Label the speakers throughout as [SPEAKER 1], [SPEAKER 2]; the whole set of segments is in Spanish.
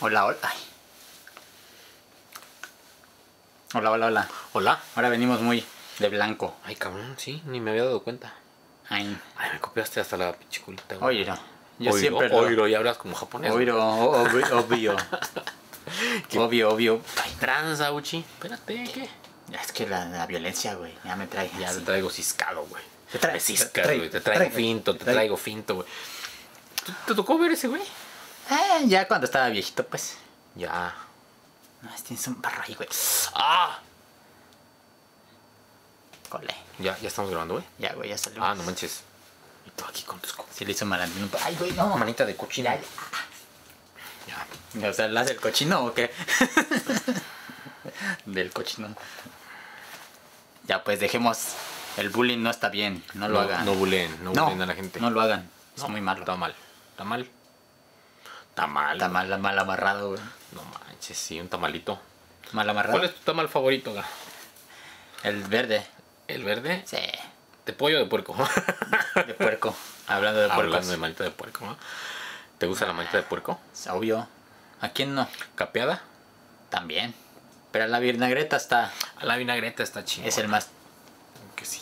[SPEAKER 1] Hola, hola. Ay. Hola, hola, hola.
[SPEAKER 2] Hola.
[SPEAKER 1] Ahora venimos muy de blanco.
[SPEAKER 2] Ay, cabrón, sí, ni me había dado cuenta.
[SPEAKER 1] Ay,
[SPEAKER 2] Ay, me copiaste hasta la pinche culita, güey.
[SPEAKER 1] oiro. Yo
[SPEAKER 2] Oiro,
[SPEAKER 1] siempre lo-
[SPEAKER 2] Oiro, y hablas como japonés.
[SPEAKER 1] Oiro, o- obvio, obvio. obvio, obvio. Ay,
[SPEAKER 2] Tranza, Uchi. Espérate, ¿qué?
[SPEAKER 1] ya es que la, la violencia, güey, ya me trae.
[SPEAKER 2] Ya
[SPEAKER 1] así.
[SPEAKER 2] te traigo ciscado, güey.
[SPEAKER 1] Te traigo-
[SPEAKER 2] Me ciscas,
[SPEAKER 1] te traigo-
[SPEAKER 2] güey. Te
[SPEAKER 1] te
[SPEAKER 2] traigo
[SPEAKER 1] traigo-
[SPEAKER 2] finto, te
[SPEAKER 1] te traigo-
[SPEAKER 2] traigo finto, güey. ¿Te, te tocó ver ese, güey?
[SPEAKER 1] Eh, ya cuando estaba viejito, pues.
[SPEAKER 2] Ya.
[SPEAKER 1] No, tienes un barro ahí, güey.
[SPEAKER 2] ¡Ah!
[SPEAKER 1] Cole.
[SPEAKER 2] Ya, ya estamos grabando, güey.
[SPEAKER 1] Ya, güey, ya salió.
[SPEAKER 2] Ah, no manches. Y tú aquí con tus co-
[SPEAKER 1] Sí le hizo malandrino. Ay, güey, no.
[SPEAKER 2] manita de cochina.
[SPEAKER 1] Ya,
[SPEAKER 2] Ya.
[SPEAKER 1] O sea, ¿la hace el cochino o qué? Del cochino. Ya, pues dejemos. El bullying no está bien. No lo hagan.
[SPEAKER 2] No buleen, no, buleen a la gente.
[SPEAKER 1] No lo hagan. Es muy malo.
[SPEAKER 2] Está mal. Está mal. Está mal.
[SPEAKER 1] Está mal, mal amarrado, güey.
[SPEAKER 2] No manches, sí, un tamalito.
[SPEAKER 1] Mal amarrado.
[SPEAKER 2] ¿Cuál es tu tamal favorito, ga?
[SPEAKER 1] El verde.
[SPEAKER 2] ¿El verde?
[SPEAKER 1] Sí.
[SPEAKER 2] ¿De pollo o de puerco? Ah,
[SPEAKER 1] De puerco. Hablando de puercos.
[SPEAKER 2] Hablando de manita de puerco, ¿no? ¿Te gusta la manita de puerco?
[SPEAKER 1] Es Obvio. ¿A quién no?
[SPEAKER 2] ¿Capeada?
[SPEAKER 1] También. Pero la vinagreta está.
[SPEAKER 2] A la vinagreta está chingón.
[SPEAKER 1] Es el más.
[SPEAKER 2] que sí.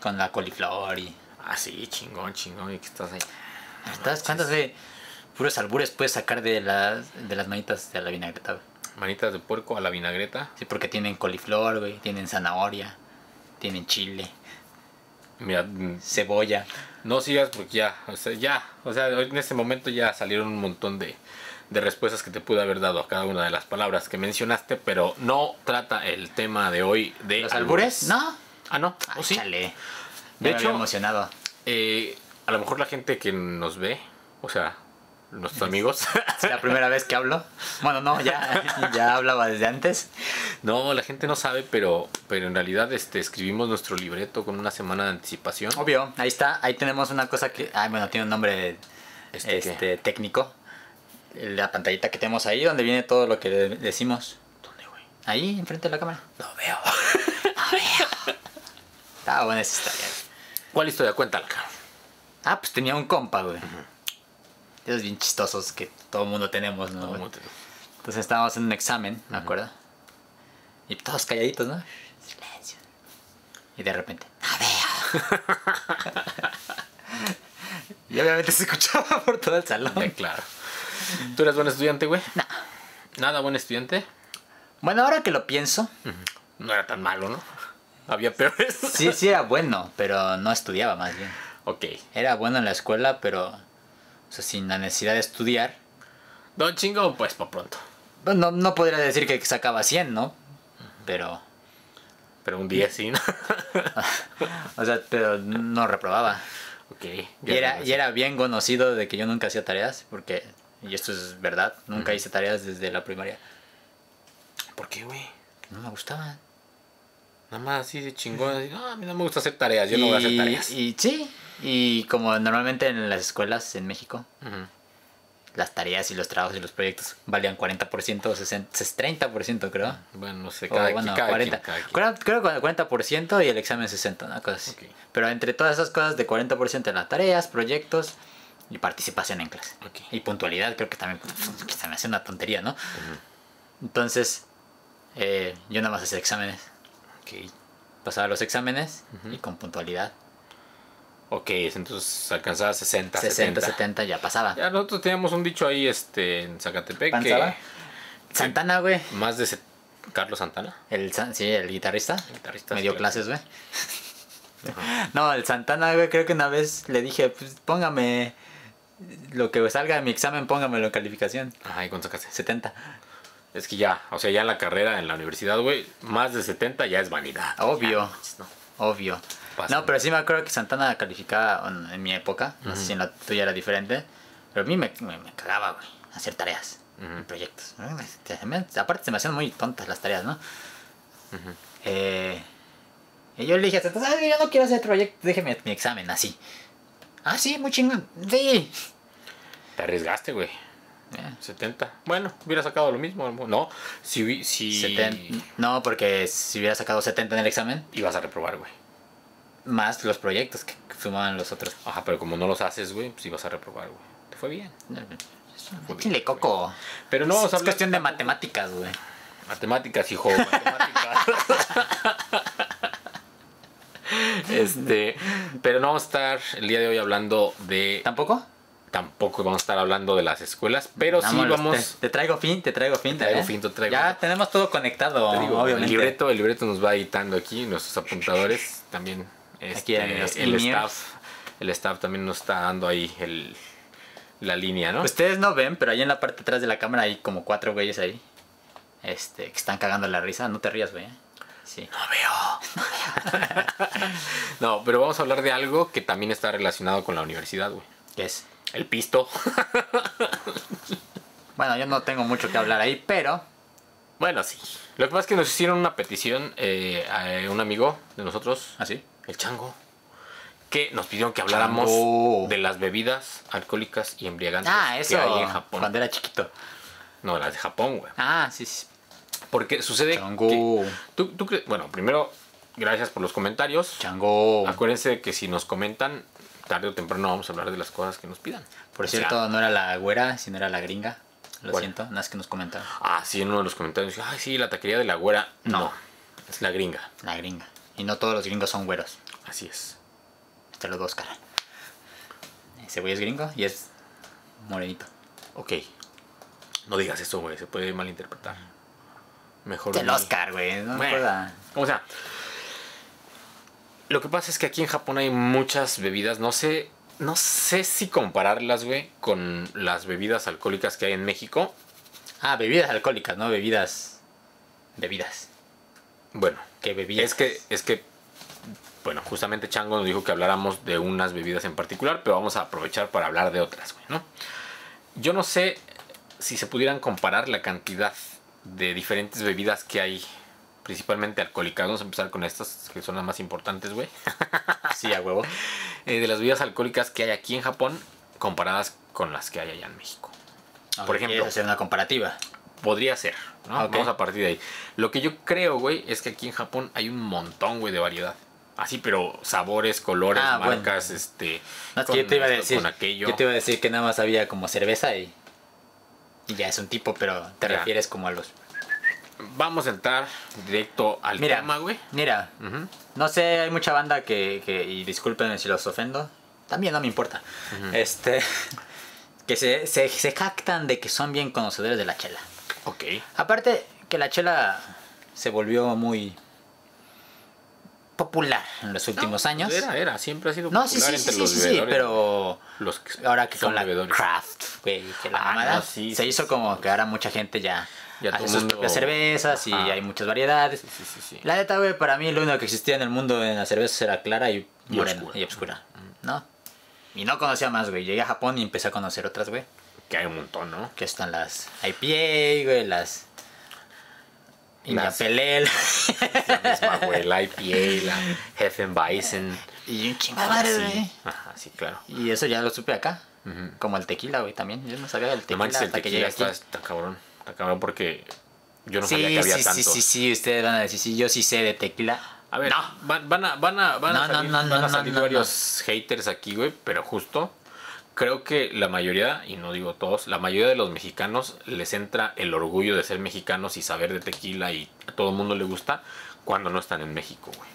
[SPEAKER 1] Con la coliflor y.
[SPEAKER 2] Ah, sí, chingón, chingón. ¿Y qué estás ahí?
[SPEAKER 1] ¿Estás? ¿Cuántas de puros albures puedes sacar de las, de las manitas de la vinagreta, güey?
[SPEAKER 2] Manitas de puerco a la vinagreta.
[SPEAKER 1] Sí, porque tienen coliflor, güey, tienen zanahoria, tienen chile,
[SPEAKER 2] Mira, mm,
[SPEAKER 1] cebolla.
[SPEAKER 2] no sigas porque ya, o sea, ya. O sea, en este momento ya salieron un montón de, de respuestas que te pude haber dado a cada una de las palabras que mencionaste, pero no trata el tema de hoy de.
[SPEAKER 1] ¿Los albures? No.
[SPEAKER 2] Ah, no. ¿O
[SPEAKER 1] Ay,
[SPEAKER 2] sí?
[SPEAKER 1] chale.
[SPEAKER 2] De
[SPEAKER 1] De hecho,
[SPEAKER 2] hecho-
[SPEAKER 1] emocionado.
[SPEAKER 2] Eh, a lo mejor la gente que nos ve, o sea, nuestros amigos.
[SPEAKER 1] Es la primera vez que hablo. Bueno, no, ya, ya hablaba desde antes.
[SPEAKER 2] no, la gente no sabe, pero, pero en realidad este, escribimos nuestro libreto con una semana de anticipación.
[SPEAKER 1] Obvio, ahí está, ahí tenemos una cosa que. Ay, bueno, tiene un nombre
[SPEAKER 2] Este,
[SPEAKER 1] este, técnico. La pantallita que tenemos ahí, donde viene todo lo que de- decimos.
[SPEAKER 2] ¿Dónde, güey?
[SPEAKER 1] Ahí, enfrente de la cámara.
[SPEAKER 2] No veo.
[SPEAKER 1] Estaba buena esa historia. güey.
[SPEAKER 2] ¿Cuál historia? Cuéntala. cabrón.
[SPEAKER 1] Ah, pues tenía un compa, güey. Esos bien chistosos que todo el mundo tenemos, ¿no? güey?
[SPEAKER 2] ¿Cómo te-
[SPEAKER 1] Entonces estábamos en un examen, ¿me acuerdo? Y todos calladitos, ¿no? Silencio. Y de repente, ¡No veo! y obviamente se escuchaba por todo el salón.
[SPEAKER 2] Ya, claro. ¿Tú eres buen estudiante, güey? No. ¿Nada buen estudiante?
[SPEAKER 1] Bueno, ahora que lo pienso,
[SPEAKER 2] No era tan malo, ¿no? Había peores.
[SPEAKER 1] sí, sí era bueno, pero no estudiaba más bien.
[SPEAKER 2] Ok.
[SPEAKER 1] Era bueno en la escuela, pero o sea, sin la necesidad de estudiar.
[SPEAKER 2] Don chingo, pues, para pronto.
[SPEAKER 1] Bueno, no, no podría decir que sacaba 100, ¿no? Pero,
[SPEAKER 2] Pero un día sí, ¿no?
[SPEAKER 1] o sea, pero no reprobaba.
[SPEAKER 2] ok.
[SPEAKER 1] Y era, y era bien conocido de que yo nunca hacía tareas, porque, y esto es verdad, nunca hice tareas desde la primaria.
[SPEAKER 2] ¿Por qué, güey?
[SPEAKER 1] No me gustaban.
[SPEAKER 2] Nada más así de chingón. así, "No, a mí no me gusta hacer tareas. Yo no voy a hacer
[SPEAKER 1] Y-
[SPEAKER 2] tareas.
[SPEAKER 1] Y sí, y como normalmente en las escuelas en México,
[SPEAKER 2] Ujú.
[SPEAKER 1] las tareas y los trabajos y los proyectos valían 40% o 60, 30% creo.
[SPEAKER 2] Bueno, no sé,
[SPEAKER 1] O,
[SPEAKER 2] cada,
[SPEAKER 1] bueno,
[SPEAKER 2] quien, cada
[SPEAKER 1] 40.
[SPEAKER 2] quien, cada quien.
[SPEAKER 1] Creo- Creo que 40% y el examen 60, una cosa así.
[SPEAKER 2] Ok.
[SPEAKER 1] Pero entre todas esas cosas de 40% en las tareas, proyectos y participación en clase.
[SPEAKER 2] Ok.
[SPEAKER 1] Y puntualidad, creo que también que se me hace una tontería, ¿no? Entonces, eh, yo nada más hacía exámenes.
[SPEAKER 2] Ok.
[SPEAKER 1] Pasaba los exámenes y con puntualidad.
[SPEAKER 2] Ok, entonces alcanzaba 60,
[SPEAKER 1] 60,
[SPEAKER 2] 70.
[SPEAKER 1] 70, ya pasaba.
[SPEAKER 2] Ya nosotros teníamos un dicho ahí este, en Zacatepec
[SPEAKER 1] ¿Panzada?
[SPEAKER 2] que
[SPEAKER 1] Santana, güey.
[SPEAKER 2] más de... se- Carlos Santana,
[SPEAKER 1] El, San- sí, el guitarrista.
[SPEAKER 2] guitarrista.
[SPEAKER 1] me dio
[SPEAKER 2] claro.
[SPEAKER 1] clases, güey. no, el Santana, güey, creo que una vez le dije, pues póngame lo que salga de mi examen, póngamelo en calificación.
[SPEAKER 2] Ajá, ¿y cuánto sacaste?
[SPEAKER 1] 70.
[SPEAKER 2] Es que ya, o sea, ya en la carrera, en la universidad, güey, más de 70 ya es vanidad.
[SPEAKER 1] Obvio.
[SPEAKER 2] Ya, manches, no.
[SPEAKER 1] Obvio.
[SPEAKER 2] Pasa.
[SPEAKER 1] No, pero sí me acuerdo que Santana calificaba en, en mi época. No sé si en la tuya era diferente. Pero a mí me, me- me cagaba, güey, hacer tareas,
[SPEAKER 2] Ujú.
[SPEAKER 1] proyectos. Se me- aparte, se me hacían muy tontas las tareas, ¿no? Eh, y yo le dije, entonces, yo no quiero hacer proyecto, déjeme mi examen así. Ah, sí, muy chingón. Sí.
[SPEAKER 2] Te arriesgaste, güey.
[SPEAKER 1] Eh,
[SPEAKER 2] 70. Bueno, hubiera sacado lo mismo. a lo mejor. No, si, hubi- si
[SPEAKER 1] 70. No, porque si hubiera sacado 70 en el examen,
[SPEAKER 2] ibas a reprobar, güey.
[SPEAKER 1] más los proyectos que sumaban los otros.
[SPEAKER 2] Ajá, pero como no los haces, güey, pues ibas a reprobar, güey. Te fue bien.
[SPEAKER 1] Chile coco.
[SPEAKER 2] Pero no vamos
[SPEAKER 1] es
[SPEAKER 2] a hablar
[SPEAKER 1] cuestión de
[SPEAKER 2] tampoco-
[SPEAKER 1] matemáticas, güey.
[SPEAKER 2] Matemáticas, hijo, matemáticas. este, pero no vamos a estar el día de hoy hablando de.
[SPEAKER 1] ¿Tampoco?
[SPEAKER 2] Tampoco vamos a estar hablando de las escuelas, pero sí
[SPEAKER 1] Vámonos,
[SPEAKER 2] vamos.
[SPEAKER 1] Te, te traigo fin, te traigo fin.
[SPEAKER 2] Te traigo
[SPEAKER 1] ¿eh?
[SPEAKER 2] fin, te traigo
[SPEAKER 1] Ya
[SPEAKER 2] fin.
[SPEAKER 1] tenemos todo conectado,
[SPEAKER 2] Te digo,
[SPEAKER 1] obviamente.
[SPEAKER 2] El libreto, el libreto nos va editando aquí, nuestros apuntadores también.
[SPEAKER 1] Aquí,
[SPEAKER 2] este,
[SPEAKER 1] amigos,
[SPEAKER 2] el
[SPEAKER 1] engineers.
[SPEAKER 2] staff, el staff también nos está dando ahí el, la línea, ¿no?
[SPEAKER 1] Ustedes no ven, pero ahí en la parte de atrás de la cámara hay como cuatro güeyes ahí. Este, que están cagando la risa. No te rías, güey. ¿eh? Sí.
[SPEAKER 2] No veo. no, pero vamos a hablar de algo que también está relacionado con la universidad, güey.
[SPEAKER 1] ¿Qué es?
[SPEAKER 2] El pisto.
[SPEAKER 1] Bueno, yo no tengo mucho que hablar ahí, pero.
[SPEAKER 2] Bueno, sí. Lo que pasa es que nos hicieron una petición eh, a un amigo de nosotros,
[SPEAKER 1] ¿Así?
[SPEAKER 2] el Chango, que nos pidieron que habláramos
[SPEAKER 1] Chango.
[SPEAKER 2] de las bebidas alcohólicas y embriagantes
[SPEAKER 1] Ah,
[SPEAKER 2] que
[SPEAKER 1] eso.
[SPEAKER 2] hay en Japón.
[SPEAKER 1] Cuando era chiquito.
[SPEAKER 2] No, las de Japón, güey.
[SPEAKER 1] Ah, sí, sí.
[SPEAKER 2] Porque sucede que...
[SPEAKER 1] Chango.
[SPEAKER 2] ¿tú, tú cre- Bueno, primero, gracias por los comentarios.
[SPEAKER 1] Chango.
[SPEAKER 2] Acuérdense que si nos comentan, tarde o temprano vamos a hablar de las cosas que nos pidan.
[SPEAKER 1] Por
[SPEAKER 2] O sea,
[SPEAKER 1] cierto, no era la güera, sino era la gringa. Lo
[SPEAKER 2] ¿Cuál?
[SPEAKER 1] siento, nada más que nos comentaron.
[SPEAKER 2] Ah, sí, en uno de los comentarios. Ay, sí, la taquería de la güera. No.
[SPEAKER 1] No.
[SPEAKER 2] es la gringa.
[SPEAKER 1] La gringa. Y no todos los gringos son güeros.
[SPEAKER 2] Así es.
[SPEAKER 1] Te lo doy, Oscar. Ese güey es gringo y es morenito.
[SPEAKER 2] Ok. No digas eso, güey. Se puede malinterpretar. Mejor.
[SPEAKER 1] El
[SPEAKER 2] di-
[SPEAKER 1] Oscar, güey. No me
[SPEAKER 2] Bueno,
[SPEAKER 1] joda.
[SPEAKER 2] O sea. Lo que pasa es que aquí en Japón hay muchas bebidas. No sé. No sé si compararlas, güey, con las bebidas alcohólicas que hay en México.
[SPEAKER 1] Ah, bebidas alcohólicas, no bebidas. Bebidas.
[SPEAKER 2] Bueno,
[SPEAKER 1] ¿Qué bebidas?
[SPEAKER 2] es que, es que, bueno, justamente Chango nos dijo que habláramos de unas bebidas en particular, pero vamos a aprovechar para hablar de otras, güey, ¿no? Yo no sé si se pudieran comparar la cantidad de diferentes bebidas que hay, principalmente alcohólicas. Vamos a empezar con estas, que son las más importantes, güey.
[SPEAKER 1] Sí, a huevo.
[SPEAKER 2] Eh, de las bebidas alcohólicas que hay aquí en Japón, comparadas con las que hay allá en México. Por
[SPEAKER 1] Ok,
[SPEAKER 2] ejemplo.
[SPEAKER 1] ¿Quieres hacer una comparativa?
[SPEAKER 2] Podría ser, ¿no?
[SPEAKER 1] Ah, ok.
[SPEAKER 2] Vamos a partir de ahí. Lo que yo creo, güey, es que aquí en Japón hay un montón, güey, de variedad. Así, pero sabores, colores,
[SPEAKER 1] Ah, bueno.
[SPEAKER 2] marcas, este.
[SPEAKER 1] No, es
[SPEAKER 2] con
[SPEAKER 1] que yo te iba a
[SPEAKER 2] esto,
[SPEAKER 1] decir.
[SPEAKER 2] Con aquello.
[SPEAKER 1] Yo te iba a decir que nada más había como cerveza y. Y ya es un tipo, pero te
[SPEAKER 2] Ya.
[SPEAKER 1] refieres como a los.
[SPEAKER 2] Vamos a entrar directo al
[SPEAKER 1] Mira.
[SPEAKER 2] tema, güey.
[SPEAKER 1] Mira,
[SPEAKER 2] Ujú.
[SPEAKER 1] No sé, hay mucha banda que, que- y disculpen si los ofendo, también no me importa, este, que se, se, se jactan de que son bien conocedores de la chela.
[SPEAKER 2] Ok.
[SPEAKER 1] Aparte que la chela se volvió muy popular en los últimos
[SPEAKER 2] No, pues
[SPEAKER 1] años.
[SPEAKER 2] Era, era, siempre ha sido
[SPEAKER 1] no,
[SPEAKER 2] popular
[SPEAKER 1] sí, sí, sí,
[SPEAKER 2] entre
[SPEAKER 1] sí,
[SPEAKER 2] los
[SPEAKER 1] sí, sí,
[SPEAKER 2] bebedores.
[SPEAKER 1] pero
[SPEAKER 2] Los que
[SPEAKER 1] ahora que
[SPEAKER 2] son
[SPEAKER 1] con la
[SPEAKER 2] bebedores.
[SPEAKER 1] craft, güey, que la
[SPEAKER 2] Ah,
[SPEAKER 1] mamada,
[SPEAKER 2] no, sí,
[SPEAKER 1] se
[SPEAKER 2] sí,
[SPEAKER 1] hizo
[SPEAKER 2] sí.
[SPEAKER 1] como que ahora mucha gente ya,
[SPEAKER 2] Ya todo
[SPEAKER 1] hace sus
[SPEAKER 2] mundo-
[SPEAKER 1] propias cervezas y
[SPEAKER 2] Ajá.
[SPEAKER 1] hay muchas variedades.
[SPEAKER 2] Sí, sí, sí.
[SPEAKER 1] La neta, güey, para mí lo único que existía en el mundo en las cervezas era clara y
[SPEAKER 2] Y
[SPEAKER 1] morena
[SPEAKER 2] oscura.
[SPEAKER 1] y oscura, ¿no? Y no conocía más, güey. Llegué a Japón y empecé a conocer otras, güey.
[SPEAKER 2] Que hay un montón, ¿no?
[SPEAKER 1] Que están las IPA, güey, las... Y
[SPEAKER 2] Las- La misma, güey. La IPA, la Hefenweizen.
[SPEAKER 1] y un chingo de madre, güey.
[SPEAKER 2] Así. Ajá, sí, claro.
[SPEAKER 1] Y eso ya lo supe acá. Como el tequila, güey, también. Yo no sabía del
[SPEAKER 2] No
[SPEAKER 1] tequila
[SPEAKER 2] manches,
[SPEAKER 1] hasta
[SPEAKER 2] el
[SPEAKER 1] que
[SPEAKER 2] tequila
[SPEAKER 1] llegué
[SPEAKER 2] está,
[SPEAKER 1] aquí.
[SPEAKER 2] está cabrón. Está cabrón porque yo no sabía que
[SPEAKER 1] Sí,
[SPEAKER 2] había
[SPEAKER 1] sí, sí,
[SPEAKER 2] tantos.
[SPEAKER 1] sí, sí, ustedes van a decir, sí, yo sí sé de tequila.
[SPEAKER 2] A ver,
[SPEAKER 1] No.
[SPEAKER 2] van, van a, van a, van
[SPEAKER 1] No,
[SPEAKER 2] a
[SPEAKER 1] no,
[SPEAKER 2] salir,
[SPEAKER 1] no,
[SPEAKER 2] van
[SPEAKER 1] no,
[SPEAKER 2] a salir
[SPEAKER 1] no, no,
[SPEAKER 2] varios haters aquí, güey, pero justo creo que la mayoría, y no digo todos, la mayoría de los mexicanos les entra el orgullo de ser mexicanos y saber de tequila y a todo el mundo le gusta cuando no están en México, güey.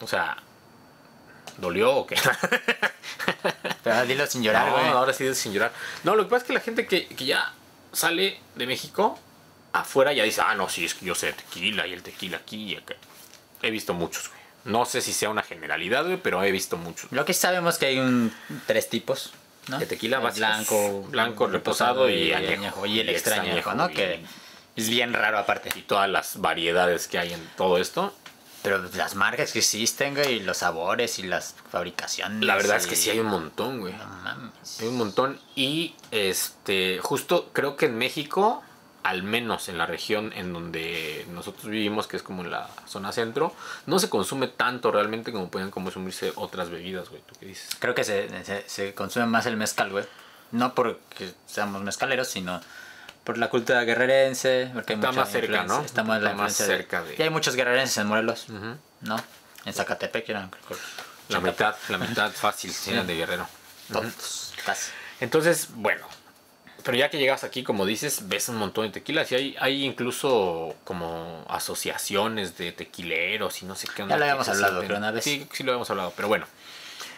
[SPEAKER 2] O sea, ¿dolió o qué?
[SPEAKER 1] Pero dilo sin llorar,
[SPEAKER 2] No,
[SPEAKER 1] güey.
[SPEAKER 2] ahora sí sin llorar. No, lo que pasa es que la gente que, que ya sale de México afuera ya dice, ah, no, sí, es que yo sé de tequila y el tequila aquí y acá. He visto muchos, güey. No sé si sea una generalidad, güey, pero he visto muchos.
[SPEAKER 1] Lo que sí sabemos que hay un, tres tipos, ¿no?
[SPEAKER 2] De tequila
[SPEAKER 1] El
[SPEAKER 2] básicos,
[SPEAKER 1] blanco,
[SPEAKER 2] blanco, reposado y añejo,
[SPEAKER 1] Y el
[SPEAKER 2] y
[SPEAKER 1] extraño,
[SPEAKER 2] extrañejo,
[SPEAKER 1] ¿no?
[SPEAKER 2] y-
[SPEAKER 1] Que es bien raro aparte.
[SPEAKER 2] Y todas las variedades que hay en todo esto.
[SPEAKER 1] Pero las marcas que existen, güey, y los sabores y las fabricaciones.
[SPEAKER 2] La verdad es
[SPEAKER 1] y-
[SPEAKER 2] que sí hay un montón, güey.
[SPEAKER 1] No mames.
[SPEAKER 2] Hay un montón. Y este, justo creo que en México, al menos en la región en donde nosotros vivimos, que es como la zona centro, no se consume tanto realmente como pueden consumirse otras bebidas, güey. ¿Tú qué dices?
[SPEAKER 1] Creo que se, se, se consume más el mezcal, güey. No porque seamos mezcaleros, sino por la cultura guerrerense. Porque hay
[SPEAKER 2] Está
[SPEAKER 1] mucha
[SPEAKER 2] más cerca,
[SPEAKER 1] influencia-
[SPEAKER 2] ¿no?
[SPEAKER 1] Está más, la
[SPEAKER 2] Está más
[SPEAKER 1] influencia
[SPEAKER 2] cerca de-
[SPEAKER 1] Y hay muchos guerrerenses en Morelos,
[SPEAKER 2] Ujú.
[SPEAKER 1] ¿no? En Zacatepec eran, creo que
[SPEAKER 2] La mitad, la mitad fácil, eran de guerrero.
[SPEAKER 1] todos, casi.
[SPEAKER 2] Entonces, bueno, pero ya que llegas aquí, como dices, ves un montón de tequilas y hay, hay incluso como asociaciones de tequileros y no sé qué. onda
[SPEAKER 1] lo
[SPEAKER 2] que
[SPEAKER 1] habíamos
[SPEAKER 2] se
[SPEAKER 1] hablado,
[SPEAKER 2] hacen.
[SPEAKER 1] creo, una vez.
[SPEAKER 2] Sí, sí lo habíamos hablado, pero bueno,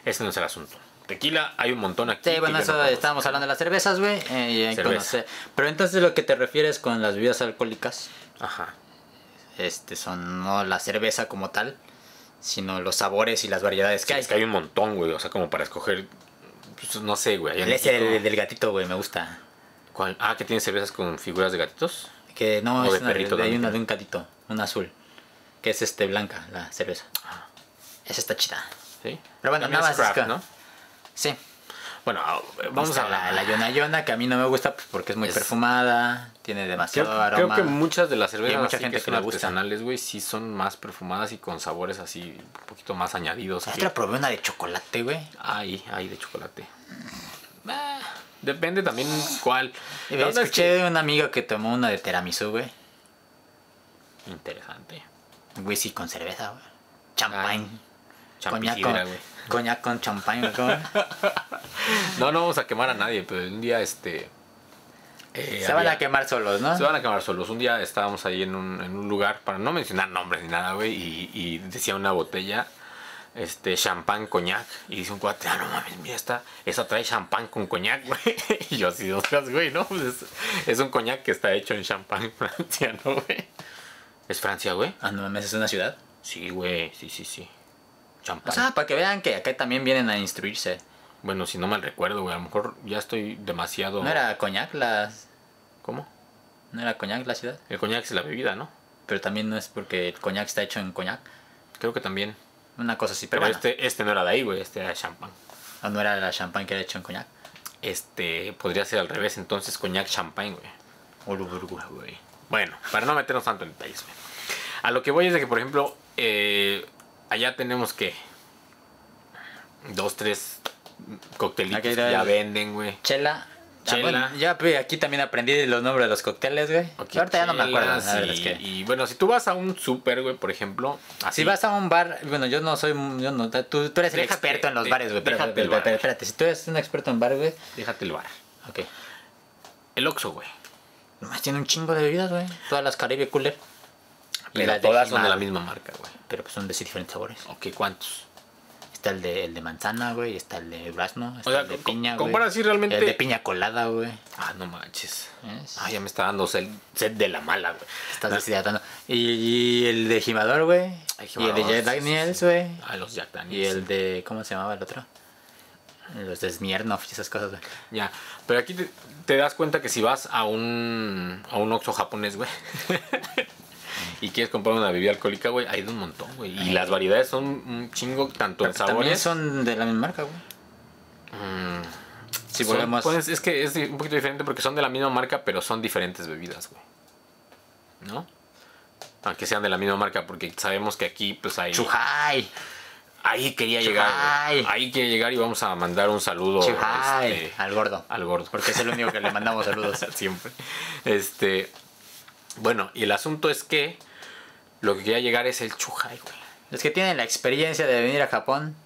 [SPEAKER 2] ese no es el asunto. Tequila hay un montón aquí.
[SPEAKER 1] Sí,
[SPEAKER 2] y
[SPEAKER 1] bueno,
[SPEAKER 2] yo no
[SPEAKER 1] eso
[SPEAKER 2] conozco.
[SPEAKER 1] estábamos hablando de las cervezas, güey. eh, y ahí
[SPEAKER 2] Cerveza.
[SPEAKER 1] conoce- Pero entonces lo que te refieres con las bebidas alcohólicas,
[SPEAKER 2] Ajá.
[SPEAKER 1] este, son no la cerveza como tal, sino los sabores y las variedades que
[SPEAKER 2] Sí,
[SPEAKER 1] hay.
[SPEAKER 2] es que hay un montón, güey, o sea, como para escoger, pues, no sé, güey. allá en
[SPEAKER 1] El ese
[SPEAKER 2] México-
[SPEAKER 1] del, del gatito, güey, me gusta.
[SPEAKER 2] ¿Cuál? Ah, que tiene cervezas con figuras de gatitos.
[SPEAKER 1] Que no,
[SPEAKER 2] O
[SPEAKER 1] es
[SPEAKER 2] de
[SPEAKER 1] una,
[SPEAKER 2] perrito
[SPEAKER 1] hay
[SPEAKER 2] también.
[SPEAKER 1] una de un gatito, una azul, que es este blanca, la cerveza.
[SPEAKER 2] Ah.
[SPEAKER 1] Esa está chida.
[SPEAKER 2] Sí.
[SPEAKER 1] Pero bueno,
[SPEAKER 2] También
[SPEAKER 1] nada
[SPEAKER 2] es
[SPEAKER 1] más es
[SPEAKER 2] craft,
[SPEAKER 1] que-
[SPEAKER 2] ¿no?
[SPEAKER 1] Sí.
[SPEAKER 2] Bueno, ah, vamos
[SPEAKER 1] Está
[SPEAKER 2] a la,
[SPEAKER 1] la, la Yona Yona, que a mí no me gusta pues, porque es muy
[SPEAKER 2] Es-
[SPEAKER 1] perfumada, tiene
[SPEAKER 2] Creo,
[SPEAKER 1] demasiado
[SPEAKER 2] creo
[SPEAKER 1] aroma.
[SPEAKER 2] que muchas de las cervezas
[SPEAKER 1] mucha
[SPEAKER 2] así
[SPEAKER 1] gente
[SPEAKER 2] que
[SPEAKER 1] que
[SPEAKER 2] son
[SPEAKER 1] le gusta.
[SPEAKER 2] artesanales, güey, sí son más perfumadas y con sabores así un poquito más añadidos.
[SPEAKER 1] La
[SPEAKER 2] que-
[SPEAKER 1] otra probé una de chocolate, güey.
[SPEAKER 2] Ay, ay, de chocolate. Ah, depende también cuál.
[SPEAKER 1] Y
[SPEAKER 2] La onda es
[SPEAKER 1] Escuché de una amiga que tomó una de tiramisú, güey.
[SPEAKER 2] que- Interesante.
[SPEAKER 1] Whisky con cerveza, güey. Champagne. Coñac
[SPEAKER 2] Champisidra,
[SPEAKER 1] con,
[SPEAKER 2] güey.
[SPEAKER 1] coñac con champagne, güey. ¿cómo?
[SPEAKER 2] No, no vamos a quemar a nadie, pero un día este. eh,
[SPEAKER 1] Se van
[SPEAKER 2] había-
[SPEAKER 1] a quemar solos, ¿no?
[SPEAKER 2] Se van a acabar solos. Un día estábamos ahí en un, en un lugar, para no mencionar nombres ni nada, güey, y, y decía una botella, este, champán, coñac, y dice un cuate, ah, no mames, mira, esta, esa trae champán con coñac, güey. Y yo así, ostras, güey, no, pues es, es un coñac que está hecho en champán, Francia, ¿no, güey? ¿Es Francia, güey?
[SPEAKER 1] Ah, no mames, es una ciudad.
[SPEAKER 2] Sí, güey, sí, sí, sí.
[SPEAKER 1] O
[SPEAKER 2] Champán.
[SPEAKER 1] sea, para que vean que acá también vienen a instruirse.
[SPEAKER 2] bueno, si no mal recuerdo, güey, a lo mejor ya estoy demasiado...
[SPEAKER 1] No era coñac las.
[SPEAKER 2] ¿Cómo?
[SPEAKER 1] No era coñac la ciudad.
[SPEAKER 2] El coñac es la bebida, ¿no?
[SPEAKER 1] Pero también no es porque el coñac está hecho en coñac.
[SPEAKER 2] Creo que también.
[SPEAKER 1] Una cosa así, pero,
[SPEAKER 2] Pero,
[SPEAKER 1] bueno.
[SPEAKER 2] este, este no era de ahí, güey, este era champán.
[SPEAKER 1] O no era la champagne que era hecho en coñac.
[SPEAKER 2] Este, podría ser al revés, entonces coñac champagne, güey.
[SPEAKER 1] O Luburgo.
[SPEAKER 2] Güey. Bueno, para no meternos tanto en detalles, güey. A lo que voy es de que, por ejemplo, eh, allá tenemos que dos, tres coctelitos
[SPEAKER 1] Aquí
[SPEAKER 2] que
[SPEAKER 1] era
[SPEAKER 2] ya
[SPEAKER 1] el-
[SPEAKER 2] venden, güey.
[SPEAKER 1] Chela. Ah,
[SPEAKER 2] Chela.
[SPEAKER 1] bueno, ya pues, aquí también aprendí los nombres de los cócteles, güey.
[SPEAKER 2] Ok,
[SPEAKER 1] Ahorita ya no me acuerdo.
[SPEAKER 2] chelas
[SPEAKER 1] la verdad es
[SPEAKER 2] y,
[SPEAKER 1] que-
[SPEAKER 2] y, bueno, si tú vas a un súper, güey, por ejemplo, así
[SPEAKER 1] Si vas a un bar, bueno, yo no soy, yo no, tú, tú eres el
[SPEAKER 2] Déjate,
[SPEAKER 1] experto en los
[SPEAKER 2] de-
[SPEAKER 1] bares, güey. Pero,
[SPEAKER 2] déjate
[SPEAKER 1] pero-
[SPEAKER 2] el bar.
[SPEAKER 1] pero espérate, si tú eres un experto en bar, güey,
[SPEAKER 2] déjate el bar.
[SPEAKER 1] ok.
[SPEAKER 2] El Oxxo, güey.
[SPEAKER 1] Nomás tiene un chingo de bebidas, güey. Todas las Caribe Cooler. Y
[SPEAKER 2] Pero
[SPEAKER 1] las de
[SPEAKER 2] todas son de
[SPEAKER 1] Jimar.
[SPEAKER 2] la misma marca, güey.
[SPEAKER 1] Pero pues son de sí diferentes sabores.
[SPEAKER 2] Ok, ¿cuántos?
[SPEAKER 1] Está el de, el de manzana, güey, está el de durazno, está
[SPEAKER 2] sea,
[SPEAKER 1] el de
[SPEAKER 2] co-
[SPEAKER 1] piña, güey.
[SPEAKER 2] compara así realmente-
[SPEAKER 1] El de piña colada, güey.
[SPEAKER 2] Ah, no manches.
[SPEAKER 1] ¿Ves?
[SPEAKER 2] Ah, ya me está dando sed, sed de la mala, güey.
[SPEAKER 1] Estás deshidratando. Y, y el de Jimador, güey.
[SPEAKER 2] Ay,
[SPEAKER 1] Y el de
[SPEAKER 2] Jimador,
[SPEAKER 1] Jack
[SPEAKER 2] sí, sí,
[SPEAKER 1] Daniels,
[SPEAKER 2] sí.
[SPEAKER 1] güey.
[SPEAKER 2] A Ah, los Jack
[SPEAKER 1] Y
[SPEAKER 2] Daniels.
[SPEAKER 1] el de, ¿cómo se llamaba el otro? Los de Smirnoff y esas cosas, güey.
[SPEAKER 2] Ya. Pero aquí te, te das cuenta que si vas a un, a un Oxxo japonés, güey. y quieres comprar una bebida alcohólica, güey, hay de un montón, güey. Y las variedades son un chingo, tanto en
[SPEAKER 1] También
[SPEAKER 2] sabores.
[SPEAKER 1] son de la misma marca, güey.
[SPEAKER 2] Mm,
[SPEAKER 1] Si
[SPEAKER 2] son-
[SPEAKER 1] volvemos.
[SPEAKER 2] pues, es que es un poquito diferente porque son de la misma marca, pero son diferentes bebidas, güey. ¿No? Aunque sean de la misma marca, porque sabemos que aquí, pues hay.
[SPEAKER 1] Chuhai.
[SPEAKER 2] Ahí quería llegar. güey.
[SPEAKER 1] Chuhai.
[SPEAKER 2] Ahí quería llegar y vamos a mandar un saludo
[SPEAKER 1] Chuhai.
[SPEAKER 2] este,
[SPEAKER 1] Al gordo.
[SPEAKER 2] al gordo.
[SPEAKER 1] Porque es el único que le mandamos saludos.
[SPEAKER 2] siempre. Este, bueno, y el asunto es que lo que quería llegar es el chuhai, güey.
[SPEAKER 1] Los que tienen la experiencia de venir a Japón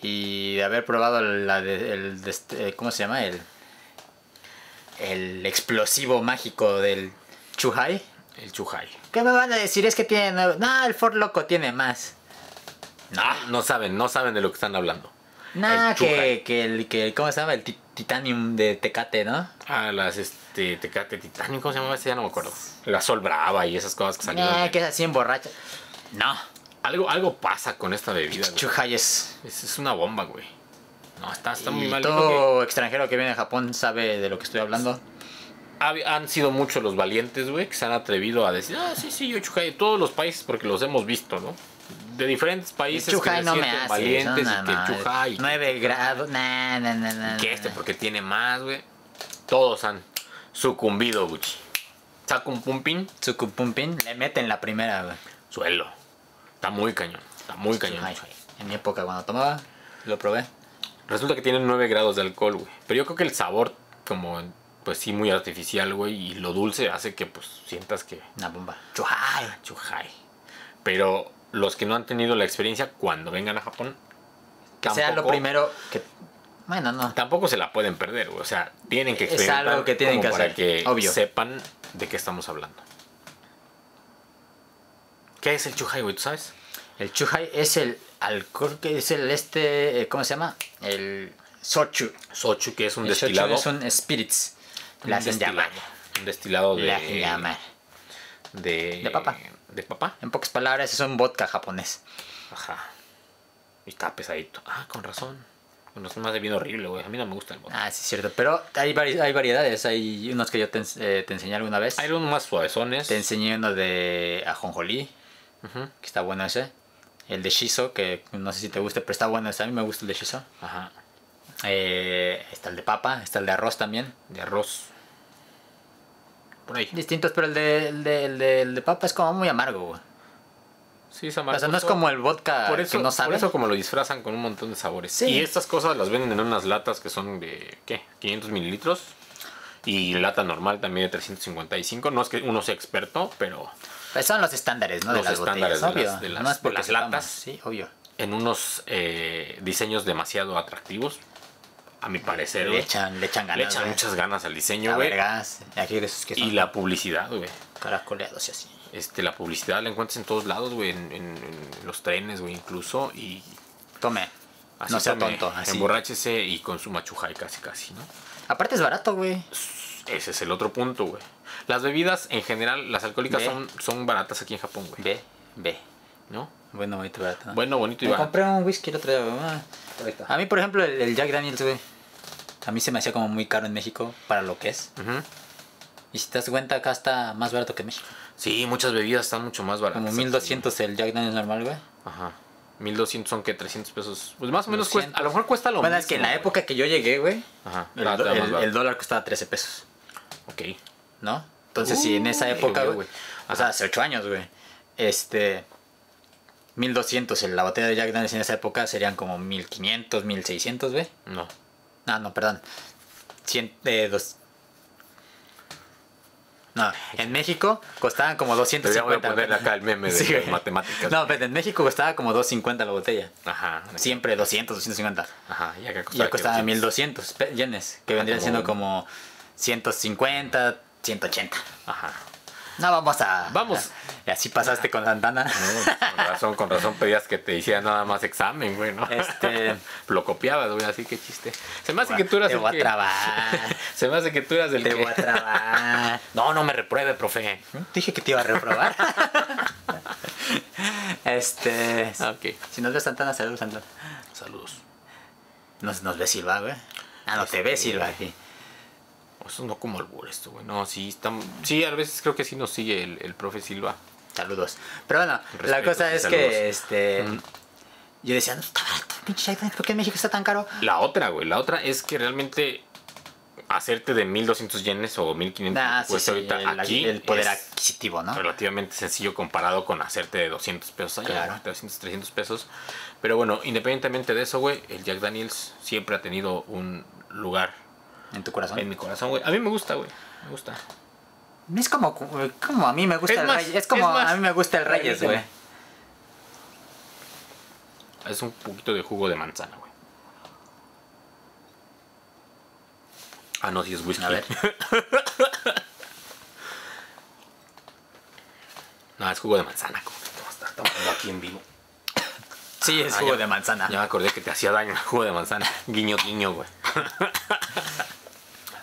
[SPEAKER 1] y de haber probado la de- el, de este- eh, ¿cómo se llama? El, el explosivo mágico del Chuhai.
[SPEAKER 2] El chuhai.
[SPEAKER 1] ¿Qué me van a decir? Es que tiene nueve- No, el Ford Loco tiene más.
[SPEAKER 2] No, no saben, no saben de lo que están hablando.
[SPEAKER 1] Nada
[SPEAKER 2] El
[SPEAKER 1] que,
[SPEAKER 2] Chuhai.
[SPEAKER 1] que el que ¿cómo se llama? El ti- Titanium de Tecate, ¿no?
[SPEAKER 2] Ah, las este Tecate Titanic, ¿cómo se llamaba ese? Ya no me acuerdo. La Sol Brava y esas cosas que salieron.
[SPEAKER 1] Nah, Ah, que es así en borracha. No,
[SPEAKER 2] Algo, algo pasa con esta bebida, güey.
[SPEAKER 1] Chuhai es
[SPEAKER 2] Es, es una bomba, güey. No, está, está muy
[SPEAKER 1] Y
[SPEAKER 2] mal. Creo
[SPEAKER 1] Todo extranjero que viene a Japón sabe de lo que estoy hablando.
[SPEAKER 2] que ha- han sido muchos los valientes, güey, que se han atrevido a decir, ah, sí, sí, yo chuhai de todos los países porque los hemos visto, ¿no? De diferentes
[SPEAKER 1] Y
[SPEAKER 2] países que
[SPEAKER 1] Chuhai
[SPEAKER 2] se
[SPEAKER 1] no me
[SPEAKER 2] sienten
[SPEAKER 1] hace.
[SPEAKER 2] valientes
[SPEAKER 1] eso,
[SPEAKER 2] y
[SPEAKER 1] no,
[SPEAKER 2] que el
[SPEAKER 1] no,
[SPEAKER 2] chuhai y que-
[SPEAKER 1] 9 grados. Nah, nah, nah, nah,
[SPEAKER 2] que
[SPEAKER 1] nah,
[SPEAKER 2] este
[SPEAKER 1] nah.
[SPEAKER 2] porque tiene más, güey. Todos han sucumbido, Gucci. Saca un pumpín,
[SPEAKER 1] Tsukupumpin le meten la primera, güey.
[SPEAKER 2] suelo. Está muy cañón, está muy cañón.
[SPEAKER 1] Chuhai. En mi época, cuando tomaba, lo probé.
[SPEAKER 2] Resulta que tienen 9 grados de alcohol, güey. Pero yo creo que el sabor, como, pues sí, muy artificial, güey. Y lo dulce hace que, pues, sientas que...
[SPEAKER 1] Una bomba. Chuhai.
[SPEAKER 2] Chuhai. Pero los que no han tenido la experiencia, cuando vengan a Japón...
[SPEAKER 1] Que sea lo
[SPEAKER 2] tampoco-
[SPEAKER 1] primero que Bueno, no.
[SPEAKER 2] Tampoco se la pueden perder, güey. O sea, tienen que
[SPEAKER 1] Es algo que tienen
[SPEAKER 2] como
[SPEAKER 1] que
[SPEAKER 2] para
[SPEAKER 1] hacer,
[SPEAKER 2] que
[SPEAKER 1] obvio.
[SPEAKER 2] sepan de qué estamos hablando. ¿Qué es el chuhai, güey? ¿Tú sabes?
[SPEAKER 1] El chuhai es el alcohol que es el este, eh, ¿cómo se llama? El sochu.
[SPEAKER 2] Sochu, que es un
[SPEAKER 1] El sochu
[SPEAKER 2] destilado.
[SPEAKER 1] es un spirits.
[SPEAKER 2] un
[SPEAKER 1] Le hacen
[SPEAKER 2] destilado,
[SPEAKER 1] llamar.
[SPEAKER 2] Un destilado de.
[SPEAKER 1] Le hacen llamar.
[SPEAKER 2] De,
[SPEAKER 1] De papa.
[SPEAKER 2] De papa.
[SPEAKER 1] En pocas palabras, es un vodka japonés.
[SPEAKER 2] Ajá. Y está pesadito. Ah, con razón. Con razón me hace bien horrible, güey. A mí no me gusta el vodka.
[SPEAKER 1] Ah, sí, es cierto. Pero hay, vari- hay variedades. Hay unos que yo te, ens- eh, te enseñé alguna vez.
[SPEAKER 2] Hay unos más suavezones.
[SPEAKER 1] Te enseñé uno de ajonjolí,
[SPEAKER 2] Ujú.
[SPEAKER 1] que está bueno ese. El de shiso, que no sé si te gusta, pero está bueno ese. A mí me gusta el de shiso.
[SPEAKER 2] Ajá.
[SPEAKER 1] Eh, está el de papa, está el de arroz también.
[SPEAKER 2] De arroz. Por ahí.
[SPEAKER 1] Distintos, pero el de, el de, el de, el de papa es como muy amargo, güey.
[SPEAKER 2] Sí, esa
[SPEAKER 1] O sea, no es como el vodka
[SPEAKER 2] por eso,
[SPEAKER 1] que no sabe.
[SPEAKER 2] por eso como lo disfrazan con un montón de sabores.
[SPEAKER 1] Sí.
[SPEAKER 2] Y estas cosas las venden en unas latas que son de, ¿qué? 500 mililitros. Y lata normal también de 355. No es que uno sea experto, pero
[SPEAKER 1] Pues son los estándares, ¿no?
[SPEAKER 2] Los
[SPEAKER 1] de las
[SPEAKER 2] estándares
[SPEAKER 1] botellas,
[SPEAKER 2] de
[SPEAKER 1] obvio.
[SPEAKER 2] las- de las-
[SPEAKER 1] no es porque
[SPEAKER 2] de las
[SPEAKER 1] sepamos,
[SPEAKER 2] latas.
[SPEAKER 1] Sí, obvio.
[SPEAKER 2] en unos eh, diseños demasiado atractivos. A mi parecer,
[SPEAKER 1] Le
[SPEAKER 2] güey.
[SPEAKER 1] echan, le echan ganas.
[SPEAKER 2] Le echan
[SPEAKER 1] güey.
[SPEAKER 2] muchas ganas al diseño,
[SPEAKER 1] A
[SPEAKER 2] güey.
[SPEAKER 1] vergas. Aquí de esos que
[SPEAKER 2] Y
[SPEAKER 1] son
[SPEAKER 2] la publicidad, güey.
[SPEAKER 1] caracoleados y así.
[SPEAKER 2] Este, la publicidad la encuentras en todos lados, güey. En, en- en los trenes, güey, incluso. Y
[SPEAKER 1] Tome.
[SPEAKER 2] así
[SPEAKER 1] no sea
[SPEAKER 2] tome,
[SPEAKER 1] tonto. Así.
[SPEAKER 2] Emborráchese y consuma chujay casi, casi, ¿no?
[SPEAKER 1] Aparte es barato, güey.
[SPEAKER 2] Ese es el otro punto, güey. Las bebidas en general, las alcohólicas
[SPEAKER 1] Ve.
[SPEAKER 2] son, son baratas aquí en Japón, güey.
[SPEAKER 1] Ve, ve.
[SPEAKER 2] ¿No?
[SPEAKER 1] Bueno, bonito, barato. ¿no?
[SPEAKER 2] Bueno, bonito y
[SPEAKER 1] Me
[SPEAKER 2] barato.
[SPEAKER 1] compré un whisky el otro día, güey. Ah. A mí, por ejemplo, el, el Jack Daniels, güey. A mí se me hacía como muy caro en México para lo que es.
[SPEAKER 2] Ujú.
[SPEAKER 1] Y si te das cuenta, acá está más barato que en México.
[SPEAKER 2] Sí, muchas bebidas están mucho más baratas.
[SPEAKER 1] Como
[SPEAKER 2] aquí.
[SPEAKER 1] 1200 el Jack Daniels normal, güey.
[SPEAKER 2] Ajá. 1200 son que 300 pesos. Pues más o menos
[SPEAKER 1] 200.
[SPEAKER 2] cuesta. A lo mejor cuesta lo
[SPEAKER 1] Bueno,
[SPEAKER 2] mismo.
[SPEAKER 1] es que en la
[SPEAKER 2] güey.
[SPEAKER 1] época que yo llegué, güey,
[SPEAKER 2] Ajá.
[SPEAKER 1] el,
[SPEAKER 2] Ah,
[SPEAKER 1] do-
[SPEAKER 2] está más
[SPEAKER 1] el-
[SPEAKER 2] barato.
[SPEAKER 1] el dólar costaba 13 pesos,
[SPEAKER 2] Ok.
[SPEAKER 1] ¿no? Entonces, si en esa
[SPEAKER 2] Uy,
[SPEAKER 1] época,
[SPEAKER 2] llovió,
[SPEAKER 1] güey,
[SPEAKER 2] Uh, güey.
[SPEAKER 1] o sea, hace 8 años, güey, este, 1200 en la botella de Jack Daniels en esa época serían como 1500, 1600, güey.
[SPEAKER 2] No.
[SPEAKER 1] Ah, no, perdón. 100, eh, dos- No, en México costaban como
[SPEAKER 2] Deberíamos de
[SPEAKER 1] 250.
[SPEAKER 2] ponerle
[SPEAKER 1] güey.
[SPEAKER 2] acá el meme de
[SPEAKER 1] Sí,
[SPEAKER 2] las
[SPEAKER 1] güey.
[SPEAKER 2] matemáticas.
[SPEAKER 1] No, pero en México costaba como 250 la botella.
[SPEAKER 2] Ajá.
[SPEAKER 1] Siempre 200, 250.
[SPEAKER 2] Ajá. Y acá
[SPEAKER 1] Y
[SPEAKER 2] costaba,
[SPEAKER 1] ya costaba
[SPEAKER 2] que 200.
[SPEAKER 1] 1200 pe- yenes, que vendrían
[SPEAKER 2] como-
[SPEAKER 1] siendo como 150, 180.
[SPEAKER 2] Ajá.
[SPEAKER 1] No, vamos a.
[SPEAKER 2] Vamos.
[SPEAKER 1] Y así pasaste con Santana.
[SPEAKER 2] No, con razón, con razón pedías que te hicieran nada más examen, güey, ¿no?
[SPEAKER 1] Este-
[SPEAKER 2] Lo copiabas, güey, así que chiste. Se me hace que tú eras
[SPEAKER 1] Te
[SPEAKER 2] el
[SPEAKER 1] voy a
[SPEAKER 2] que...
[SPEAKER 1] trabar.
[SPEAKER 2] Se me hace que tú eras el
[SPEAKER 1] Te
[SPEAKER 2] que...
[SPEAKER 1] voy a ¿Mm? trabar.
[SPEAKER 2] No, no me repruebe, profe.
[SPEAKER 1] Dije que te iba a reprobar. este.
[SPEAKER 2] Ah, ok.
[SPEAKER 1] Si nos ves Santana, saludos Santana.
[SPEAKER 2] Saludos.
[SPEAKER 1] Nos, nos ve Silva, güey. Ah, no te ve
[SPEAKER 2] Este,
[SPEAKER 1] Silva aquí.
[SPEAKER 2] Eso no como albur esto, güey. No, sí, estamos... Sí, a veces creo que sí nos sigue el, el profe Silva.
[SPEAKER 1] Saludos. Pero bueno, la
[SPEAKER 2] Respetos
[SPEAKER 1] cosa
[SPEAKER 2] y
[SPEAKER 1] es
[SPEAKER 2] saludos.
[SPEAKER 1] que este.
[SPEAKER 2] Mm.
[SPEAKER 1] Yo decía, no está barato, pinche Jack Daniels, ¿por qué en México está tan caro?
[SPEAKER 2] La otra, güey, la otra es que realmente hacerte de 1200 yenes o 1500
[SPEAKER 1] Nah, Ah, sí,
[SPEAKER 2] pues
[SPEAKER 1] sí,
[SPEAKER 2] ahorita
[SPEAKER 1] el,
[SPEAKER 2] aquí
[SPEAKER 1] el poder
[SPEAKER 2] es
[SPEAKER 1] adquisitivo, ¿no?
[SPEAKER 2] relativamente sencillo comparado con hacerte de 200 pesos allá,
[SPEAKER 1] Claro.
[SPEAKER 2] ¿no? 300, 300 pesos. Pero bueno, independientemente de eso, güey, el Jack Daniels siempre ha tenido un lugar
[SPEAKER 1] En tu corazón.
[SPEAKER 2] en mi corazón, güey. A mí me gusta, güey. Me gusta.
[SPEAKER 1] Es como, cu- como a mí me gusta
[SPEAKER 2] Es
[SPEAKER 1] el
[SPEAKER 2] más,
[SPEAKER 1] Reyes. Es como
[SPEAKER 2] es más.
[SPEAKER 1] a mí me gusta el Reyes, güey.
[SPEAKER 2] Permíteme. Es un poquito de jugo de manzana, güey. Ah, no, si es whisky.
[SPEAKER 1] A ver.
[SPEAKER 2] no, es jugo de manzana. ¿Cómo que te vas a estar tomando aquí en vivo?
[SPEAKER 1] Sí, es
[SPEAKER 2] Ah,
[SPEAKER 1] jugo
[SPEAKER 2] ya-
[SPEAKER 1] de manzana.
[SPEAKER 2] Ya me acordé que te hacía daño el jugo de manzana. Guiño, guiño, güey.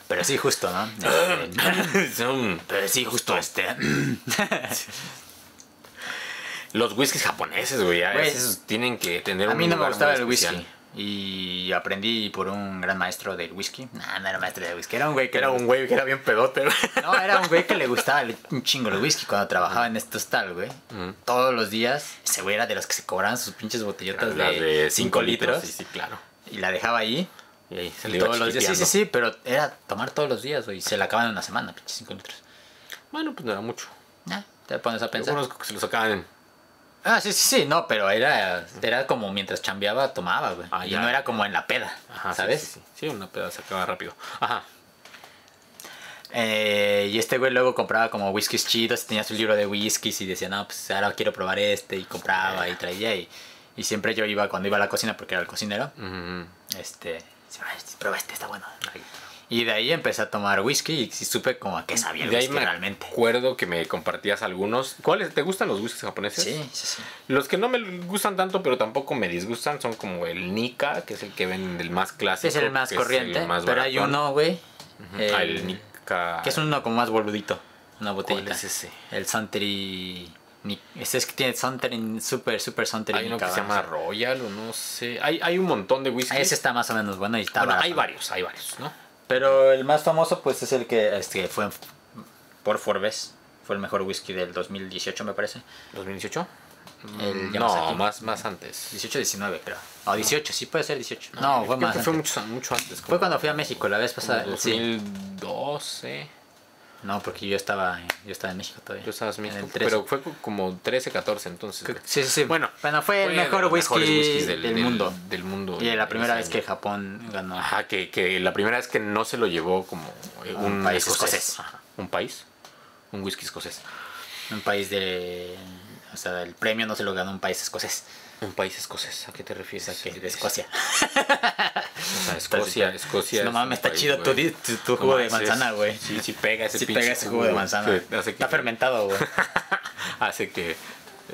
[SPEAKER 1] Pero sí, justo,
[SPEAKER 2] Ah.
[SPEAKER 1] ¿no? Este,
[SPEAKER 2] Es un-
[SPEAKER 1] pero sí, justo este.
[SPEAKER 2] Los whiskies japoneses, güey. A
[SPEAKER 1] Güey,
[SPEAKER 2] veces tienen que tener
[SPEAKER 1] A
[SPEAKER 2] un
[SPEAKER 1] mí no me
[SPEAKER 2] lugar
[SPEAKER 1] gustaba
[SPEAKER 2] muy
[SPEAKER 1] el
[SPEAKER 2] especial.
[SPEAKER 1] whisky. Y aprendí por un gran maestro del whisky. Nah, no era maestro del whisky. Era un güey que
[SPEAKER 2] Era un güey que era bien pedote, güey.
[SPEAKER 1] No, era un güey que le gustaba el- un chingo el whisky cuando trabajaba en estos tal, güey. Todos los días, ese güey era de los que se cobraban sus pinches botellotas
[SPEAKER 2] Las
[SPEAKER 1] de
[SPEAKER 2] de
[SPEAKER 1] 5
[SPEAKER 2] 5
[SPEAKER 1] litros
[SPEAKER 2] Sí, sí, claro.
[SPEAKER 1] y la dejaba ahí
[SPEAKER 2] Y ahí se le iba
[SPEAKER 1] todos los días. Sí, sí,
[SPEAKER 2] chiquipeando.
[SPEAKER 1] sí, pero era tomar todos los días, güey. y Se la acaban en una semana, pinches 5 litros.
[SPEAKER 2] Bueno, pues no era mucho.
[SPEAKER 1] Ah, te pones a pensar.
[SPEAKER 2] Algunos que se los sacaban en
[SPEAKER 1] Ah, sí, sí, sí, no, pero era, era como mientras chambeaba, tomaba, güey.
[SPEAKER 2] Ah,
[SPEAKER 1] y
[SPEAKER 2] ya.
[SPEAKER 1] no era como en la peda,
[SPEAKER 2] Ajá, sí,
[SPEAKER 1] ¿sabes?
[SPEAKER 2] Sí, sí, Sí, una peda se acaba rápido. Ajá.
[SPEAKER 1] Eh, y este güey luego compraba como whiskies chidos y tenía su libro de whiskies y decía, no, pues ahora quiero probar este y compraba y traía y, y siempre yo iba cuando iba a la cocina porque era el cocinero,
[SPEAKER 2] Ujú.
[SPEAKER 1] este, dice, "Ay, prueba este, está bueno. Y de ahí empecé a tomar whisky y sí supe como a qué sabía el
[SPEAKER 2] de ahí
[SPEAKER 1] whisky
[SPEAKER 2] me
[SPEAKER 1] realmente.
[SPEAKER 2] acuerdo que me compartías algunos. ¿Cuáles? ¿Te gustan los whiskies japoneses?
[SPEAKER 1] Sí, sí, sí.
[SPEAKER 2] Los que no me gustan tanto, pero tampoco me disgustan, son como el Nika, que es el que venden el más clásico.
[SPEAKER 1] es el más
[SPEAKER 2] que
[SPEAKER 1] corriente,
[SPEAKER 2] más
[SPEAKER 1] pero hay
[SPEAKER 2] baratón.
[SPEAKER 1] uno, güey. el-
[SPEAKER 2] Ah, el Nika.
[SPEAKER 1] que es uno como más boludito. Una botellita.
[SPEAKER 2] ¿Cuál es ese?
[SPEAKER 1] El Suntory. Ni- Ese es que tiene Suntory, super, super Suntory.
[SPEAKER 2] Hay uno que
[SPEAKER 1] Nikkei,
[SPEAKER 2] se llama
[SPEAKER 1] ¿no?
[SPEAKER 2] Royal o no sé. Hay, hay un montón de whisky.
[SPEAKER 1] Ah, Ese está más o menos bueno y está
[SPEAKER 2] Bueno,
[SPEAKER 1] barato.
[SPEAKER 2] hay varios, hay varios, ¿no?
[SPEAKER 1] Pero el más famoso, pues, es el que este, fue por Forbes. Fue el mejor whisky del 2018, me parece.
[SPEAKER 2] ¿2018?
[SPEAKER 1] El
[SPEAKER 2] Mm, no,
[SPEAKER 1] Yamazaki.
[SPEAKER 2] más, más antes.
[SPEAKER 1] 18, 19, creo. O 18, sí puede ser 18. No, fue
[SPEAKER 2] Creo
[SPEAKER 1] más.
[SPEAKER 2] que
[SPEAKER 1] antes.
[SPEAKER 2] fue
[SPEAKER 1] Fue,
[SPEAKER 2] mucho, mucho antes. como
[SPEAKER 1] cuando fui a México la vez pasada. Sí.
[SPEAKER 2] 2012.
[SPEAKER 1] No, porque yo estaba, yo estaba en México todavía.
[SPEAKER 2] Tú estabas
[SPEAKER 1] En
[SPEAKER 2] México,
[SPEAKER 1] el 13.
[SPEAKER 2] pero fue co- como 13, 14 entonces.
[SPEAKER 1] Creo-
[SPEAKER 2] güey.
[SPEAKER 1] sí, sí, sí.
[SPEAKER 2] Bueno,
[SPEAKER 1] Bueno, fue el
[SPEAKER 2] de
[SPEAKER 1] mejor
[SPEAKER 2] los
[SPEAKER 1] whisky
[SPEAKER 2] mejores whiskies
[SPEAKER 1] del mundo.
[SPEAKER 2] Del mundo.
[SPEAKER 1] Y
[SPEAKER 2] en
[SPEAKER 1] la primera
[SPEAKER 2] ese
[SPEAKER 1] vez
[SPEAKER 2] año.
[SPEAKER 1] que Japón ganó.
[SPEAKER 2] Ajá, que, que la primera vez que no se lo llevó como eh,
[SPEAKER 1] A
[SPEAKER 2] un,
[SPEAKER 1] un país escocés.
[SPEAKER 2] Ajá, Un país. Un whisky escocés.
[SPEAKER 1] Un país de. O sea, el premio no se lo ganó un país escocés.
[SPEAKER 2] Un país escocés. ¿A qué te refieres?
[SPEAKER 1] O sea, que de
[SPEAKER 2] Es-
[SPEAKER 1] Escocia.
[SPEAKER 2] o sea, Escocia, Escocia.
[SPEAKER 1] No
[SPEAKER 2] es
[SPEAKER 1] mames,
[SPEAKER 2] un
[SPEAKER 1] está
[SPEAKER 2] país,
[SPEAKER 1] chido tu,
[SPEAKER 2] güey.
[SPEAKER 1] di- tu, tu
[SPEAKER 2] No
[SPEAKER 1] jugo de
[SPEAKER 2] mames, es-
[SPEAKER 1] manzana, güey.
[SPEAKER 2] Sí, sí pega ese
[SPEAKER 1] Si
[SPEAKER 2] pinche
[SPEAKER 1] pega ese jugo de
[SPEAKER 2] güey.
[SPEAKER 1] manzana.
[SPEAKER 2] Sí, hace que-
[SPEAKER 1] Está fermentado, güey.
[SPEAKER 2] Hace que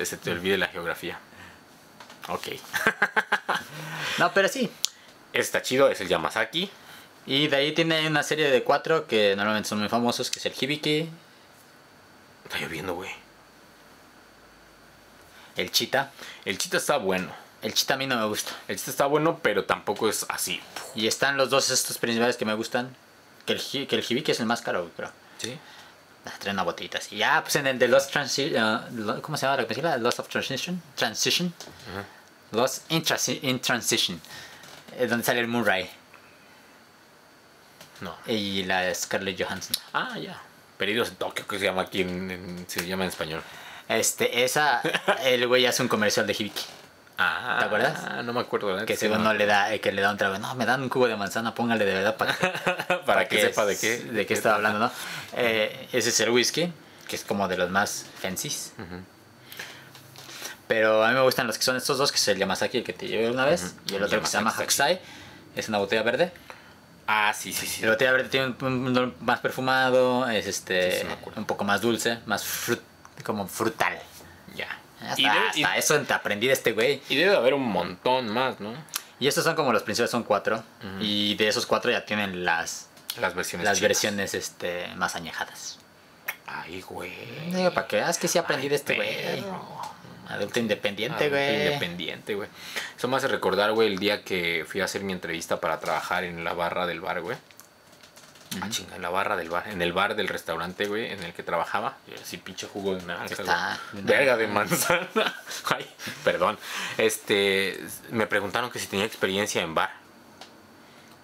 [SPEAKER 2] se te olvide la geografía. Ok.
[SPEAKER 1] No, pero sí.
[SPEAKER 2] Está chido, es el Yamazaki.
[SPEAKER 1] Y de ahí tiene una serie de cuatro que normalmente son muy famosos, que es el Hibiki,
[SPEAKER 2] Está lloviendo, güey.
[SPEAKER 1] el Chita.
[SPEAKER 2] El chita está bueno.
[SPEAKER 1] El Chita a mí no me gusta.
[SPEAKER 2] El chita Este está bueno, pero tampoco es así.
[SPEAKER 1] Y están los dos estos principales que me gustan. Que el, hi- que el Hibiki es el más caro, güey, creo.
[SPEAKER 2] Sí.
[SPEAKER 1] Ah, Traen una botellita así. Ya, pues en el de Lost Transition. ¿Cómo se llama la película? Lost of Transition. Transition. Lost in, Transi- in Transition. Es donde sale el Murray
[SPEAKER 2] No.
[SPEAKER 1] y la Scarlett Johansson.
[SPEAKER 2] Ah, ya. Perdidos en Tokio, que se llama aquí en, en- se llama en español.
[SPEAKER 1] Este, esa. El güey hace un comercial de Hibiki.
[SPEAKER 2] Ah,
[SPEAKER 1] ¿Te acuerdas?
[SPEAKER 2] No me acuerdo. la neta,
[SPEAKER 1] Que
[SPEAKER 2] sí,
[SPEAKER 1] según
[SPEAKER 2] no.
[SPEAKER 1] no le da, eh, que le da un trago. No, me dan un cubo de manzana, póngale de verdad para que,
[SPEAKER 2] para, que, sepa de qué.
[SPEAKER 1] de qué estaba hablando, ¿no? Eh, ese es el whisky, que es como de los más fancies. Pero a mí me gustan los que son estos dos, que es el Yamazaki, el que te llevé una vez, y el otro que se llama
[SPEAKER 2] Yamazaki está
[SPEAKER 1] Hakusai. Es una botella verde.
[SPEAKER 2] Ah, sí, sí, sí.
[SPEAKER 1] La botella verde tiene un, un olor más perfumado, es
[SPEAKER 2] Sí,
[SPEAKER 1] este
[SPEAKER 2] sí me acuerdo.
[SPEAKER 1] un poco más dulce, más frut- como frutal.
[SPEAKER 2] Ya.
[SPEAKER 1] Hasta,
[SPEAKER 2] Y debe, y-
[SPEAKER 1] hasta eso te aprendí de este güey.
[SPEAKER 2] y debe de haber un montón más, ¿no?
[SPEAKER 1] Y estos son como los principales, son cuatro. Y de esos cuatro ya tienen las,
[SPEAKER 2] Las versiones.
[SPEAKER 1] las
[SPEAKER 2] chidas.
[SPEAKER 1] versiones este, más añejadas.
[SPEAKER 2] Ay, güey.
[SPEAKER 1] Digo, ¿para qué? Ah, es que sí aprendí de este güey.
[SPEAKER 2] Perro.
[SPEAKER 1] Adulto independiente,
[SPEAKER 2] Adulto
[SPEAKER 1] güey.
[SPEAKER 2] Independiente, güey. Eso me hace recordar, güey, el día que fui a hacer mi entrevista para trabajar en la barra del bar, güey. Ah, chinga, en la barra del bar. En el bar del restaurante, güey, en el que trabajaba. Y así pinche jugo de naranja,
[SPEAKER 1] Que
[SPEAKER 2] güey.
[SPEAKER 1] está-
[SPEAKER 2] Verga de manzana. Ay, perdón. Este, me preguntaron que si tenía experiencia en bar.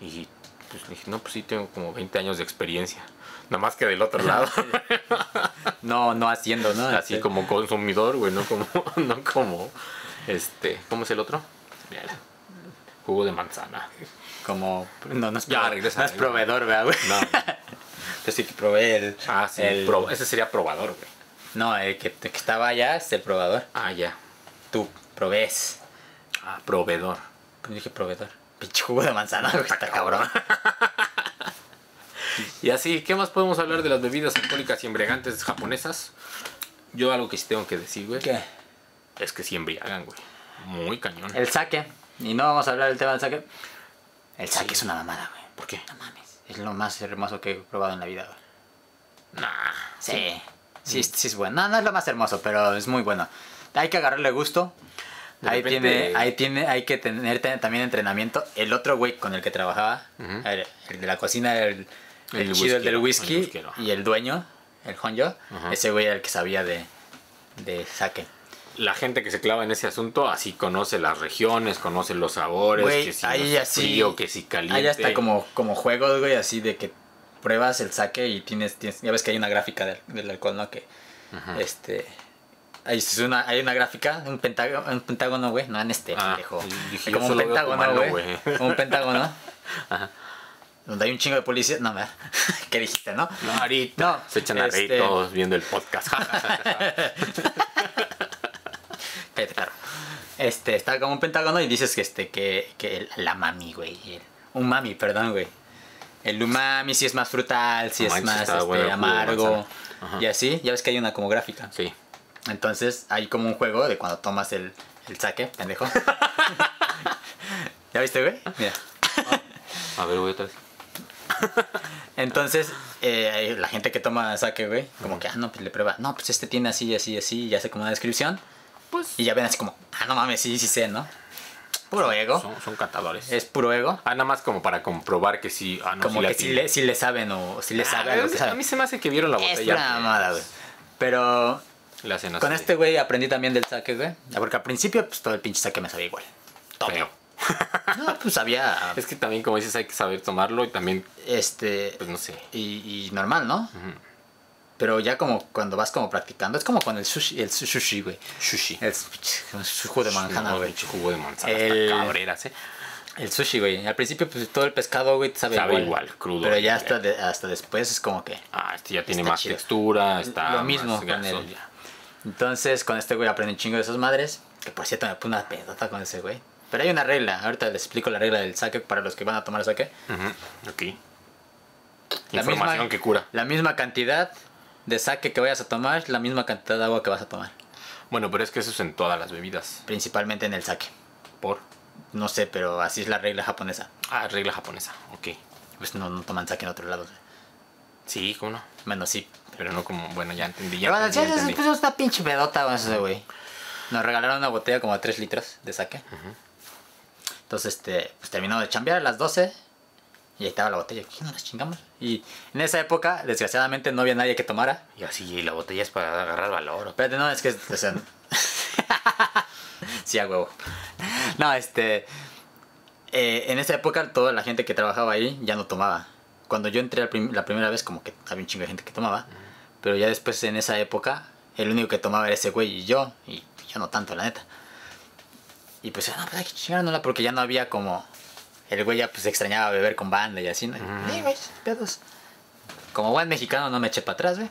[SPEAKER 2] Y pues le dije, no, pues sí, tengo como 20 años de experiencia. Nada más que del otro lado.
[SPEAKER 1] No, no haciendo, ¿no?
[SPEAKER 2] Así
[SPEAKER 1] Este,
[SPEAKER 2] como consumidor, güey, no como, no como, este, ¿cómo es el otro? Jugo de manzana.
[SPEAKER 1] como. No, no es,
[SPEAKER 2] Ya,
[SPEAKER 1] prove-
[SPEAKER 2] regresa,
[SPEAKER 1] no es
[SPEAKER 2] regresa.
[SPEAKER 1] proveedor, ¿verdad, güey.
[SPEAKER 2] No,
[SPEAKER 1] Yo sí que probé el.
[SPEAKER 2] ah, sí,
[SPEAKER 1] el-
[SPEAKER 2] pro- ese sería probador, güey.
[SPEAKER 1] No, el que, que estaba allá es el probador.
[SPEAKER 2] Ah, ya.
[SPEAKER 1] Tú provees.
[SPEAKER 2] Ah, proveedor.
[SPEAKER 1] Yo dije proveedor. Pinche jugo de manzana, güey. Está Ah, cabrón.
[SPEAKER 2] Y así, ¿qué más podemos hablar de las bebidas alcohólicas y embriagantes japonesas? Yo algo que sí tengo que decir, güey,
[SPEAKER 1] ¿Qué?
[SPEAKER 2] es que sí embriagan, güey. Muy cañón.
[SPEAKER 1] El saque. Y no vamos a hablar del tema del saque. El saque es una mamada, güey.
[SPEAKER 2] ¿Por qué?
[SPEAKER 1] No mames. Es lo más hermoso que he probado en la vida, güey.
[SPEAKER 2] Nah.
[SPEAKER 1] Sí. Sí, sí es bueno. No, no es lo más hermoso, pero es muy bueno. Hay que agarrarle gusto.
[SPEAKER 2] De
[SPEAKER 1] Ahí
[SPEAKER 2] repente-
[SPEAKER 1] tiene, ahí tiene, hay que tener te- también entrenamiento. El otro güey con el que trabajaba,
[SPEAKER 2] Ujú.
[SPEAKER 1] el, el de la cocina, el,
[SPEAKER 2] El
[SPEAKER 1] el, chido, el del
[SPEAKER 2] whiskero,
[SPEAKER 1] whisky,
[SPEAKER 2] el whiskero.
[SPEAKER 1] y el dueño, el Honjo,
[SPEAKER 2] Ajá.
[SPEAKER 1] ese güey era el que sabía de, de saque.
[SPEAKER 2] La gente que se clava en ese asunto así conoce las regiones, conoce los sabores,
[SPEAKER 1] Güey,
[SPEAKER 2] que si
[SPEAKER 1] ahí
[SPEAKER 2] no es
[SPEAKER 1] así-
[SPEAKER 2] frío, que si caliente.
[SPEAKER 1] Hay hasta como, como juegos, güey, así de que pruebas el saque y tienes, tienes- ya ves que hay una gráfica del, del alcohol, ¿no? Que, este, hay es una, hay una gráfica, un pentágono, un pentágono, güey, no en este,
[SPEAKER 2] Ah,
[SPEAKER 1] pendejo.
[SPEAKER 2] dije,
[SPEAKER 1] como
[SPEAKER 2] yo
[SPEAKER 1] un
[SPEAKER 2] solo veo
[SPEAKER 1] pentágono,
[SPEAKER 2] tu mano,
[SPEAKER 1] güey,
[SPEAKER 2] güey.
[SPEAKER 1] como un pentágono, donde hay un chingo de policías, no, ¿verdad? ¿qué dijiste, no?
[SPEAKER 2] No, ahorita.
[SPEAKER 1] No,
[SPEAKER 2] Se echan a reír
[SPEAKER 1] este-
[SPEAKER 2] todos viendo el podcast.
[SPEAKER 1] Cállate, perro. Este, está como un pentágono y dices que este, que, que el- la mami, güey, y el umami, perdón, güey. El umami si es más frutal, si
[SPEAKER 2] No
[SPEAKER 1] es
[SPEAKER 2] manches,
[SPEAKER 1] más
[SPEAKER 2] estaba
[SPEAKER 1] este,
[SPEAKER 2] bueno el jugo de
[SPEAKER 1] amargo.
[SPEAKER 2] manzana. Ajá.
[SPEAKER 1] Y así, ya ves que hay una como gráfica.
[SPEAKER 2] Sí.
[SPEAKER 1] Entonces hay como un juego de cuando tomas el, el saque, pendejo. ¿Ya viste, güey? Mira.
[SPEAKER 2] A ver, voy otra vez.
[SPEAKER 1] Entonces, eh, la gente que toma saque, güey, como que, ah, no, pues le prueba. No, pues este tiene así, así, así, y hace como una descripción.
[SPEAKER 2] Pues.
[SPEAKER 1] Y ya ven así como, ah, no mames, sí, sí sé, ¿no? Puro ego.
[SPEAKER 2] Son, son catadores.
[SPEAKER 1] Es puro ego.
[SPEAKER 2] Ah, nada más como para comprobar que sí. Ah, no,
[SPEAKER 1] Como
[SPEAKER 2] sí la
[SPEAKER 1] que si
[SPEAKER 2] tiene.
[SPEAKER 1] le, sí le saben o si le
[SPEAKER 2] Ah,
[SPEAKER 1] saben. lo que
[SPEAKER 2] a,
[SPEAKER 1] saben.
[SPEAKER 2] mí se me hace que vieron la
[SPEAKER 1] Es
[SPEAKER 2] botella.
[SPEAKER 1] una mamada, güey. Pero
[SPEAKER 2] Le hacen así.
[SPEAKER 1] con este güey aprendí también del saque, güey. Porque al principio, pues todo el pinche saque me sabía igual. Todo.
[SPEAKER 2] Feo.
[SPEAKER 1] No, pues sabía,
[SPEAKER 2] Es que también, como dices, hay que saber tomarlo y también,
[SPEAKER 1] este,
[SPEAKER 2] pues no sé.
[SPEAKER 1] y, y normal, ¿no? Pero ya como cuando vas como practicando, es como con el sushi, el su- sushi, güey.
[SPEAKER 2] Sushi.
[SPEAKER 1] El su- su- jugo de manzana,
[SPEAKER 2] No,
[SPEAKER 1] güey.
[SPEAKER 2] pinche jugo de manzana.
[SPEAKER 1] El-
[SPEAKER 2] El... Cabreras, ¿eh?
[SPEAKER 1] El sushi, güey. Al principio, pues todo el pescado, güey, te sabe,
[SPEAKER 2] Sabe
[SPEAKER 1] igual.
[SPEAKER 2] igual, crudo,
[SPEAKER 1] Pero ya
[SPEAKER 2] güey.
[SPEAKER 1] hasta, de- hasta después es como que...
[SPEAKER 2] Ah, este ya tiene
[SPEAKER 1] Está
[SPEAKER 2] más
[SPEAKER 1] chido.
[SPEAKER 2] textura, está
[SPEAKER 1] Lo mismo
[SPEAKER 2] más
[SPEAKER 1] con
[SPEAKER 2] graso,
[SPEAKER 1] el-
[SPEAKER 2] ya.
[SPEAKER 1] Entonces, con este güey aprendí un chingo de esas madres. Que por cierto, me puse una pedota con ese güey. Pero hay una regla. Ahorita les explico la regla del saque para los que van a tomar saque.
[SPEAKER 2] Ujú, Ok.
[SPEAKER 1] La
[SPEAKER 2] Información
[SPEAKER 1] misma-
[SPEAKER 2] que cura.
[SPEAKER 1] La misma cantidad de saque que vayas a tomar, la misma cantidad de agua que vas a tomar.
[SPEAKER 2] Bueno, pero es que eso es en todas las bebidas.
[SPEAKER 1] Principalmente en el saque.
[SPEAKER 2] Por.
[SPEAKER 1] No sé, pero así es la regla japonesa.
[SPEAKER 2] Ah, regla japonesa. Ok.
[SPEAKER 1] Pues no, no toman saque en otros lados. güey.
[SPEAKER 2] Sí, cómo no.
[SPEAKER 1] Bueno, sí.
[SPEAKER 2] Pero no como. Bueno, ya entendí. Ya
[SPEAKER 1] Pero bueno,
[SPEAKER 2] entendí,
[SPEAKER 1] sí,
[SPEAKER 2] ya
[SPEAKER 1] es,
[SPEAKER 2] entendí.
[SPEAKER 1] pues, es una pinche pedota con ese güey. Nos regalaron una botella como de 3 litros de saque. Entonces, este, pues terminó de chambear a las 12. Y ahí estaba la botella. ¿Qué nos chingamos? Y en esa época, desgraciadamente, no había nadie que tomara.
[SPEAKER 2] Y así, la botella es para agarrar valor. ¿o qué?
[SPEAKER 1] Espérate, no, es que. O sea, sí, a huevo. No, este. eh, en esa época, toda la gente que trabajaba ahí ya no tomaba. Cuando yo entré la, prim- la primera vez, como que había un chingo de gente que tomaba. Pero ya después, en esa época, el único que tomaba era ese güey y yo. Y yo no tanto, la neta. Y pues, no, pues hay que chingárnosla porque ya no había como. El güey ya pues extrañaba beber con banda y así, ¿no?
[SPEAKER 2] Mm.
[SPEAKER 1] Sí, güey, pedos. Como buen mexicano, no me eché para atrás, güey.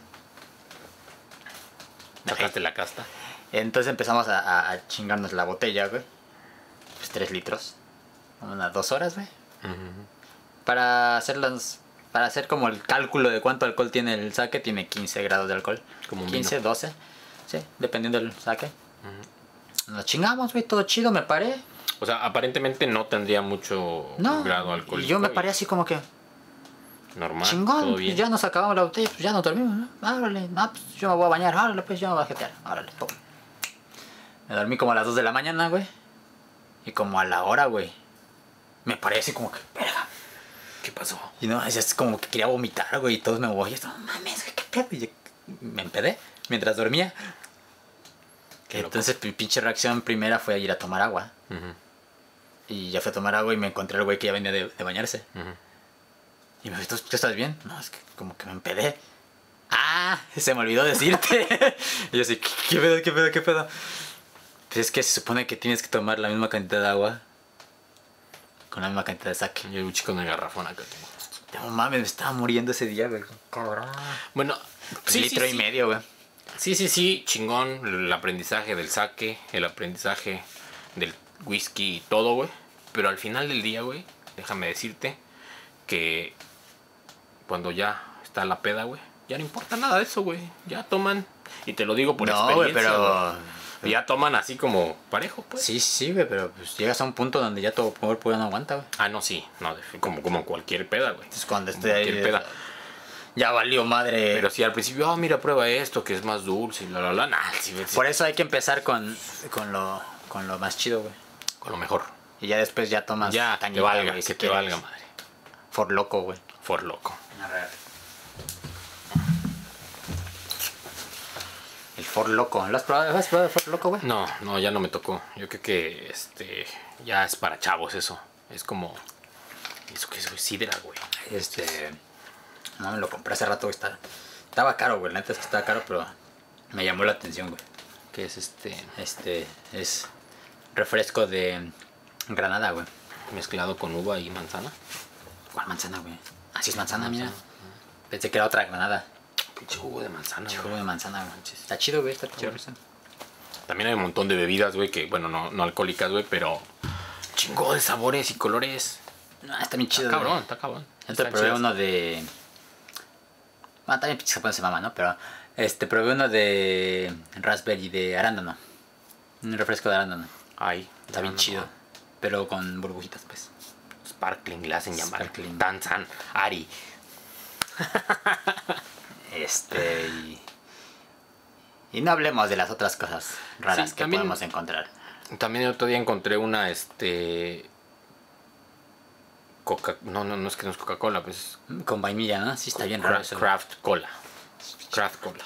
[SPEAKER 2] Sacaste la casta.
[SPEAKER 1] Entonces empezamos a, a- a chingarnos la botella, güey. Pues 3 litros. Unas dos horas, güey. Para hacer las- Para hacer como el cálculo de cuánto alcohol tiene el saque, tiene 15 grados de alcohol.
[SPEAKER 2] Como un
[SPEAKER 1] 15, 12. Sí, dependiendo del saque. Nos chingamos, güey, todo chido, me paré.
[SPEAKER 2] O sea, aparentemente no tendría mucho
[SPEAKER 1] No.
[SPEAKER 2] grado
[SPEAKER 1] y
[SPEAKER 2] alcohólico.
[SPEAKER 1] yo me
[SPEAKER 2] y
[SPEAKER 1] paré así como que,
[SPEAKER 2] Normal. todo
[SPEAKER 1] chingón,
[SPEAKER 2] bien.
[SPEAKER 1] ya nos acabamos la botella, pues ya nos dormimos, ¿no? Árale, ah, pues yo me voy a bañar, árale, pues yo me voy a jetear, árale, pum. Me dormí como a las 2 de la mañana, güey. Y como a la hora, güey. Me paré así como que, verga.
[SPEAKER 2] ¿Qué pasó?
[SPEAKER 1] Y no, es- es como que quería vomitar, güey, y todos me voy. Y yo, no mames, güey, qué pedo. Y yo, me empedé mientras dormía.
[SPEAKER 2] Qué loco.
[SPEAKER 1] Entonces mi pinche reacción primera fue ir a tomar agua.
[SPEAKER 2] Ujú,
[SPEAKER 1] Y ya fui a tomar agua y me encontré al güey que ya venía de, de bañarse.
[SPEAKER 2] ujú.
[SPEAKER 1] Y me dijo, ¿tú, tú estás bien? No, es que como que me empedé. ¡Ah! Se me olvidó decirte. y yo así, ¿qué, qué pedo, qué pedo, qué pedo? Pues es que se supone que tienes que tomar la misma cantidad de agua con la misma cantidad de saque.
[SPEAKER 2] Y un chico en el garrafón acá tengo.
[SPEAKER 1] No mames, me estaba muriendo ese día, güey. Cabrón.
[SPEAKER 2] Bueno, sí,
[SPEAKER 1] litro
[SPEAKER 2] sí,
[SPEAKER 1] y
[SPEAKER 2] sí.
[SPEAKER 1] medio, güey.
[SPEAKER 2] Sí, sí, sí, chingón. El aprendizaje del saque, el aprendizaje del whisky y todo, güey. Pero al final del día, güey, déjame decirte que cuando ya está la peda, güey, ya no importa nada de eso, güey. Ya toman, y te lo digo por
[SPEAKER 1] no, güey,
[SPEAKER 2] experiencia.
[SPEAKER 1] pero.
[SPEAKER 2] güey, Ya toman así como parejo, pues.
[SPEAKER 1] Sí, sí, güey, pero pues llegas a un punto donde ya tu cuerpo ya no aguanta, güey.
[SPEAKER 2] Ah, no, sí, no, de- como, como cualquier peda, güey.
[SPEAKER 1] Entonces cuando
[SPEAKER 2] Como
[SPEAKER 1] esté ahí. eh,
[SPEAKER 2] cualquier peda.
[SPEAKER 1] Ya valió madre.
[SPEAKER 2] Pero si al principio, ah, mira, prueba esto, que es más dulce, y la, la, la, nah, sí, sí,
[SPEAKER 1] Por eso hay que empezar con, con, lo, con lo más chido, güey.
[SPEAKER 2] con lo mejor.
[SPEAKER 1] Y ya después ya tomas
[SPEAKER 2] Ya, que
[SPEAKER 1] cañita,
[SPEAKER 2] valga,
[SPEAKER 1] güey, si
[SPEAKER 2] que te
[SPEAKER 1] quieres.
[SPEAKER 2] valga, madre.
[SPEAKER 1] For loco, güey.
[SPEAKER 2] For loco.
[SPEAKER 1] El for loco. ¿Lo has probado? ¿Has probado el for loco, güey?
[SPEAKER 2] No, no, ya no me tocó. Yo creo que este ya es para chavos eso. Es como eso que es güey, sidra, güey.
[SPEAKER 1] Este. No, me lo compré hace rato, güey. está- Estaba caro, güey. La neta es que estaba caro, pero me llamó la atención, güey.
[SPEAKER 2] Que es este
[SPEAKER 1] Este es refresco de Granada, güey.
[SPEAKER 2] mezclado con uva y manzana.
[SPEAKER 1] ¿Cuál manzana, güey? Así es manzana, mira. Pensé que era otra granada.
[SPEAKER 2] Pinche jugo de manzana.
[SPEAKER 1] Yo
[SPEAKER 2] güey.
[SPEAKER 1] de manzana, güey. Está chido, güey. Está chido.
[SPEAKER 2] También hay un montón de bebidas, güey, que bueno, no, no alcohólicas, güey, pero chingo de sabores y colores.
[SPEAKER 1] Ah, está bien chido.
[SPEAKER 2] Está
[SPEAKER 1] güey.
[SPEAKER 2] cabrón, está cabrón.
[SPEAKER 1] Entonces
[SPEAKER 2] Están
[SPEAKER 1] probé
[SPEAKER 2] chidas.
[SPEAKER 1] uno de. Ah, también pinches japoneses se mama, ¿no? Pero. Este, probé uno de. Raspberry, de arándano. Un refresco de arándano.
[SPEAKER 2] Ay,
[SPEAKER 1] Está bien
[SPEAKER 2] no, no,
[SPEAKER 1] chido.
[SPEAKER 2] no.
[SPEAKER 1] Pero con burbujitas, pues.
[SPEAKER 2] Sparkling, la hacen llamar.
[SPEAKER 1] Sparkling.
[SPEAKER 2] Danzan, Ari.
[SPEAKER 1] Este. Y, y no hablemos de las otras cosas raras
[SPEAKER 2] Sí,
[SPEAKER 1] que
[SPEAKER 2] también-
[SPEAKER 1] podemos encontrar.
[SPEAKER 2] También el otro día encontré una, este. Coca. No, no, no es que no es Coca-Cola, pues.
[SPEAKER 1] Mm, Con vainilla, ¿no? Sí, está bien raro
[SPEAKER 2] Craft,
[SPEAKER 1] eso.
[SPEAKER 2] craft Cola. Craft Cola.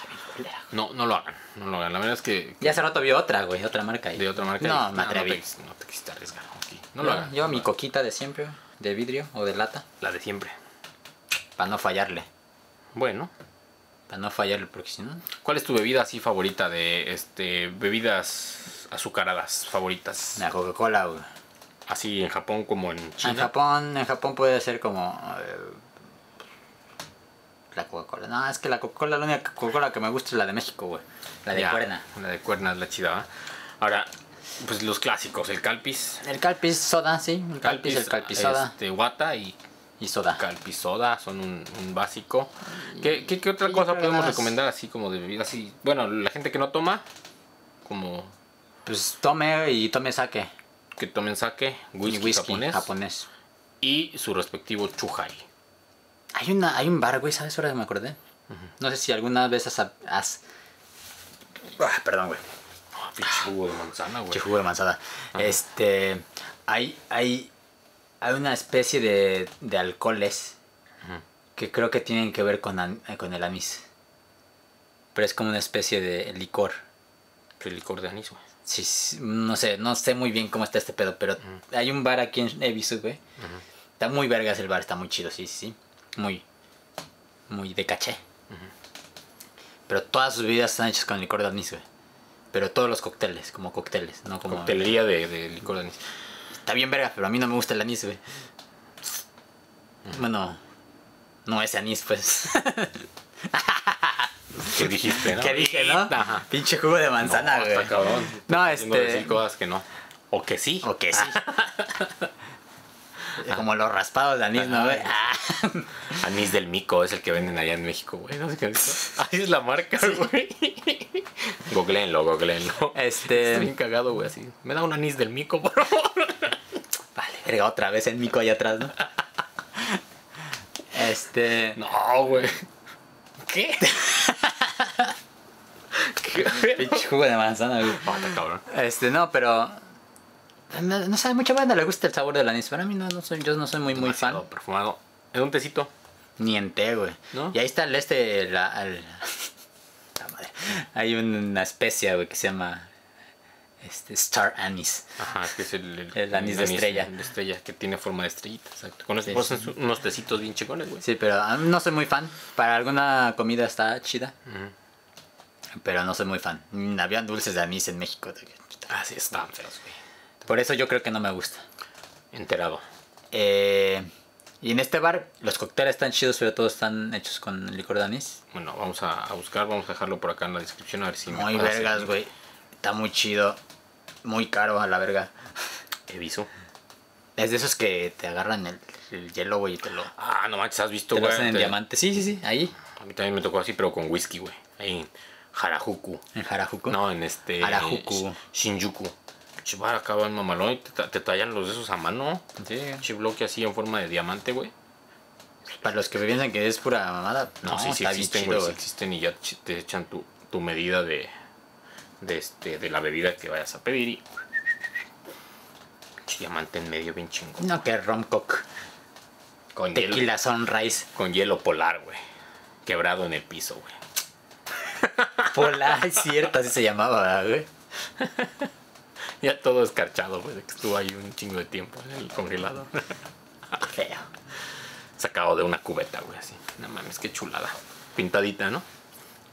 [SPEAKER 2] No, no lo hagan. No lo hagan. La verdad es que
[SPEAKER 1] Ya hace rato vi otra, güey, otra marca. y-
[SPEAKER 2] de otra marca.
[SPEAKER 1] No,
[SPEAKER 2] y-
[SPEAKER 1] me atreví.
[SPEAKER 2] No, te, no te quisiste arriesgar. ok. No, lo hagan.
[SPEAKER 1] Yo mi coquita de siempre, de vidrio o de lata,
[SPEAKER 2] La de siempre.
[SPEAKER 1] para no fallarle.
[SPEAKER 2] Bueno.
[SPEAKER 1] Para no fallarle, porque si no...
[SPEAKER 2] ¿Cuál es tu bebida así favorita de este bebidas azucaradas favoritas?
[SPEAKER 1] La Coca-Cola, güey.
[SPEAKER 2] Así en Japón como en
[SPEAKER 1] Ah, En
[SPEAKER 2] China.
[SPEAKER 1] Japón, en Japón puede ser como... eh, la Coca-Cola. No, es que la Coca-Cola, la única Coca-Cola que me gusta es la de México, güey. La de
[SPEAKER 2] Ya,
[SPEAKER 1] cuerna.
[SPEAKER 2] La de cuerna es la chida. ¿va? Ahora, pues los clásicos, el calpis.
[SPEAKER 1] El calpis soda, sí. El calpis, el calpis soda
[SPEAKER 2] Este, guata y
[SPEAKER 1] y soda.
[SPEAKER 2] calpis soda son un, un básico. ¿Qué, qué, qué otra
[SPEAKER 1] Y
[SPEAKER 2] cosa
[SPEAKER 1] otras-
[SPEAKER 2] podemos recomendar así como de bebida así? Bueno, la gente que no toma, como
[SPEAKER 1] Pues tome y tome saque.
[SPEAKER 2] que tomen sake, whisky,
[SPEAKER 1] y whisky
[SPEAKER 2] japonés,
[SPEAKER 1] japonés.
[SPEAKER 2] y su respectivo chuhai.
[SPEAKER 1] Hay, una, hay un bar, güey, ¿sabes ahora que me acordé? No sé si alguna vez has... has- Ah, perdón, güey.
[SPEAKER 2] Ah, pinche jugo de manzana, güey.
[SPEAKER 1] Che jugo de manzana. Este. Hay, hay, hay una especie de, de alcoholes que creo que tienen que ver con, an- eh, con el anís. Pero es como una especie de licor.
[SPEAKER 2] El licor de anís, güey.
[SPEAKER 1] Sí, sí, no sé, no sé muy bien cómo está este pedo, pero hay un bar aquí en Ebisu, güey. Está muy vergas el bar, está muy chido, sí, sí, sí. Muy, muy de caché. Pero todas sus bebidas están hechas con licor de anís, güey. Pero todos los cócteles, como cócteles, no como...
[SPEAKER 2] Coctelería de, de licor de anís.
[SPEAKER 1] Está bien verga, pero a mí no me gusta el anís, güey. Bueno, no es anís, pues.
[SPEAKER 2] ¿Qué dijiste, no?
[SPEAKER 1] ¿Qué dije, no?
[SPEAKER 2] Ajá.
[SPEAKER 1] Pinche jugo de manzana,
[SPEAKER 2] no,
[SPEAKER 1] güey.
[SPEAKER 2] está cabrón.
[SPEAKER 1] No,
[SPEAKER 2] Tengo que decir
[SPEAKER 1] este.
[SPEAKER 2] cosas que no. O que sí.
[SPEAKER 1] O que sí. Como los raspados de anís, ¿no, güey? Ah,
[SPEAKER 2] Anís del Mico es el que venden allá en México, güey. ¿No sé qué es eso? Ahí es la marca, güey. Googleenlo, googleenlo. Está bien
[SPEAKER 1] Este.
[SPEAKER 2] cagado, güey, así. Me da un anís del Mico, por favor.
[SPEAKER 1] Vale, verga, otra vez el mico allá atrás, ¿no? Este.
[SPEAKER 2] No, güey. ¿Qué? ¿Qué?
[SPEAKER 1] Pinche jugo de manzana, güey.
[SPEAKER 2] Ah, está cabrón.
[SPEAKER 1] Este, no, pero. No, no sé, a mucha banda le gusta el sabor del anís. Para mí, no, no soy, yo no soy muy, muy fan.
[SPEAKER 2] Demasiado perfumado. Es un tecito.
[SPEAKER 1] Ni en té, güey.
[SPEAKER 2] ¿No?
[SPEAKER 1] Y ahí está el este. La, el- La madre. Hay una especia, güey, que se llama. Este, Star Anise.
[SPEAKER 2] Ajá, es que es el,
[SPEAKER 1] El anís de estrella.
[SPEAKER 2] De estrella, que tiene forma de estrellita, exacto. Con eso
[SPEAKER 1] Sí,
[SPEAKER 2] pues, son unos tecitos bien chingones, güey.
[SPEAKER 1] Sí, pero ah, no soy muy fan. Para alguna comida está chida. Pero no soy muy fan. Mm, Habían dulces de anís en México.
[SPEAKER 2] Así están Ah, feos, güey.
[SPEAKER 1] Por eso yo creo que no me gusta.
[SPEAKER 2] Enterado.
[SPEAKER 1] Eh, y en este bar, los cócteles están chidos, pero todos están hechos con licor de anís.
[SPEAKER 2] Bueno, vamos a, a buscar, vamos a dejarlo por acá en la descripción a ver si me
[SPEAKER 1] Muy
[SPEAKER 2] aparece.
[SPEAKER 1] vergas, güey. Está muy chido. Muy caro a la verga.
[SPEAKER 2] Eviso.
[SPEAKER 1] Es de esos que te agarran el, el hielo, güey, y te lo,
[SPEAKER 2] Ah, no manches, has visto,
[SPEAKER 1] te lo
[SPEAKER 2] güey.
[SPEAKER 1] hacen en
[SPEAKER 2] Te-
[SPEAKER 1] diamante. Sí, sí, sí, ahí.
[SPEAKER 2] A mí también me tocó así, pero con whisky, güey. Ahí en Harajuku.
[SPEAKER 1] En Harajuku.
[SPEAKER 2] No, en este.
[SPEAKER 1] Harajuku.
[SPEAKER 2] Sh- Shinjuku. Chivar acá va el mamalón y te, ta- te tallan los de esos a mano.
[SPEAKER 1] Sí.
[SPEAKER 2] Che bloque así en forma de diamante, güey.
[SPEAKER 1] Para los que piensan que es pura mamada, no,
[SPEAKER 2] No, sí, sí
[SPEAKER 1] está bien
[SPEAKER 2] existen,
[SPEAKER 1] chido,
[SPEAKER 2] güey. Sí
[SPEAKER 1] güey.
[SPEAKER 2] existen y ya ch- te echan tu, tu medida de, de, este, de la bebida que vayas a pedir y. Che Diamante en medio, bien chingón.
[SPEAKER 1] No, que romcock.
[SPEAKER 2] Con hielo,
[SPEAKER 1] Tequila Sunrise.
[SPEAKER 2] con hielo polar, güey. Quebrado en el piso, güey.
[SPEAKER 1] Pola, es cierto, así se llamaba, ¿verdad, güey.
[SPEAKER 2] Ya todo escarchado, güey. de que Estuvo ahí un chingo de tiempo en el congelador.
[SPEAKER 1] Feo.
[SPEAKER 2] Sacado de una cubeta, güey, así. No mames, qué chulada. Pintadita, ¿no?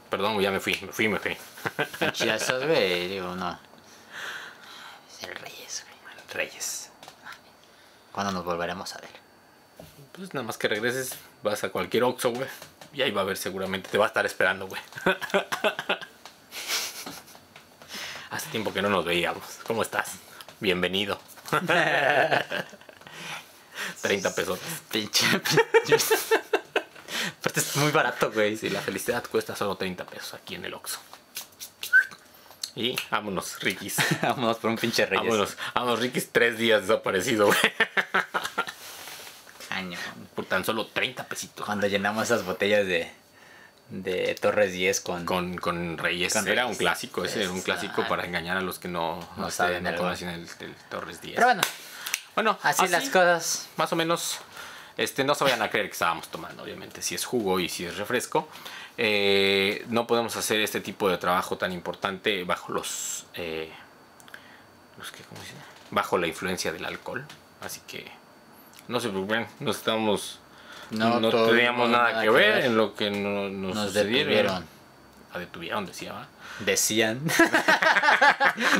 [SPEAKER 2] Perdón, güey, ya me fui, me fui, me fui.
[SPEAKER 1] Tan Chidazos, güey, digo, no. Es el Reyes, güey.
[SPEAKER 2] Reyes.
[SPEAKER 1] ¿Cuándo nos volveremos a ver?
[SPEAKER 2] Pues nada más que regreses, vas a cualquier Oxxo, güey. Y ahí va a ver seguramente, te va a estar esperando, güey. Hace tiempo que no nos veíamos. ¿Cómo estás? Bienvenido. 30 pesos.
[SPEAKER 1] Pinche, pinche. Aparte es muy barato, güey.
[SPEAKER 2] Sí, la felicidad cuesta solo 30 pesos aquí en el Oxxo. Y vámonos, Rikis.
[SPEAKER 1] Vámonos por un pinche reyes.
[SPEAKER 2] Vámonos, vámonos, Rikis, tres días desaparecido, güey.
[SPEAKER 1] Caño.
[SPEAKER 2] Por tan solo 30 pesitos.
[SPEAKER 1] Cuando llenamos esas botellas de, de Torres 10 con...
[SPEAKER 2] Con, con Reyes.
[SPEAKER 1] Con
[SPEAKER 2] era
[SPEAKER 1] Reyes.
[SPEAKER 2] un clásico, ese era un
[SPEAKER 1] Pues,
[SPEAKER 2] clásico
[SPEAKER 1] ah.
[SPEAKER 2] para engañar a los que no, este, no, sé,
[SPEAKER 1] saben,
[SPEAKER 2] no
[SPEAKER 1] ¿verdad?
[SPEAKER 2] conocen el, el Torres 10.
[SPEAKER 1] Pero bueno,
[SPEAKER 2] bueno,
[SPEAKER 1] así, las cosas.
[SPEAKER 2] Más o menos, este, no se vayan a creer que estábamos tomando, obviamente, si es jugo y si es refresco. Eh, no podemos hacer este tipo de trabajo tan importante bajo los... eh, los que, ¿cómo se llama? Bajo la influencia del alcohol. Así que no se preocupen, no estamos... No,
[SPEAKER 1] todo-
[SPEAKER 2] teníamos
[SPEAKER 1] no,
[SPEAKER 2] nada, que ver, en lo que no- nos,
[SPEAKER 1] Nos
[SPEAKER 2] sucedieron.
[SPEAKER 1] detuvieron.
[SPEAKER 2] La detuvieron, decía. ¿va?
[SPEAKER 1] Decían.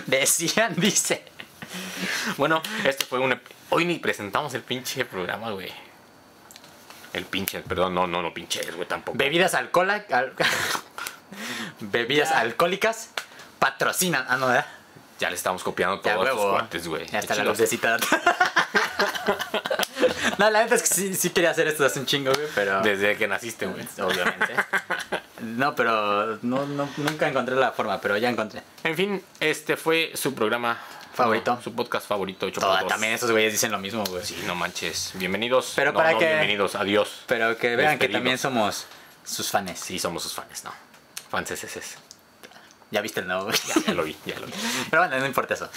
[SPEAKER 1] Decían, dice.
[SPEAKER 2] Bueno, este fue un... ep- Hoy ni presentamos el pinche programa, güey. El pinche, perdón, no, no, no pinches, güey, tampoco.
[SPEAKER 1] Bebidas alcohola- al- Bebidas alcohólicas patrocinan. Ah, no, ¿verdad?
[SPEAKER 2] Ya le estamos
[SPEAKER 1] Ya,
[SPEAKER 2] copiando todos los
[SPEAKER 1] huevo.
[SPEAKER 2] cuates, güey.
[SPEAKER 1] Ya está la
[SPEAKER 2] Échalos.
[SPEAKER 1] lucecita. no, la neta es que sí, sí quería hacer esto hace un chingo, güey, pero...
[SPEAKER 2] Desde que naciste, güey.
[SPEAKER 1] Obviamente. No, pero no, no- nunca encontré la forma, pero ya encontré.
[SPEAKER 2] En fin, este fue su programa
[SPEAKER 1] Favorito.
[SPEAKER 2] no, su podcast favorito, hecho
[SPEAKER 1] Toda-
[SPEAKER 2] por dos.
[SPEAKER 1] también esos güeyes dicen lo mismo, güey.
[SPEAKER 2] Sí, no manches. Bienvenidos.
[SPEAKER 1] Pero
[SPEAKER 2] No,
[SPEAKER 1] para
[SPEAKER 2] no,
[SPEAKER 1] que-
[SPEAKER 2] Bienvenidos, adiós.
[SPEAKER 1] Pero que vean que
[SPEAKER 2] Despedidos.
[SPEAKER 1] también somos sus fans.
[SPEAKER 2] Sí, somos sus fans, ¿no? Fans es
[SPEAKER 1] Ya viste el nuevo, güey.
[SPEAKER 2] Ya, ya lo vi, ya lo vi.
[SPEAKER 1] Pero bueno, no importa eso.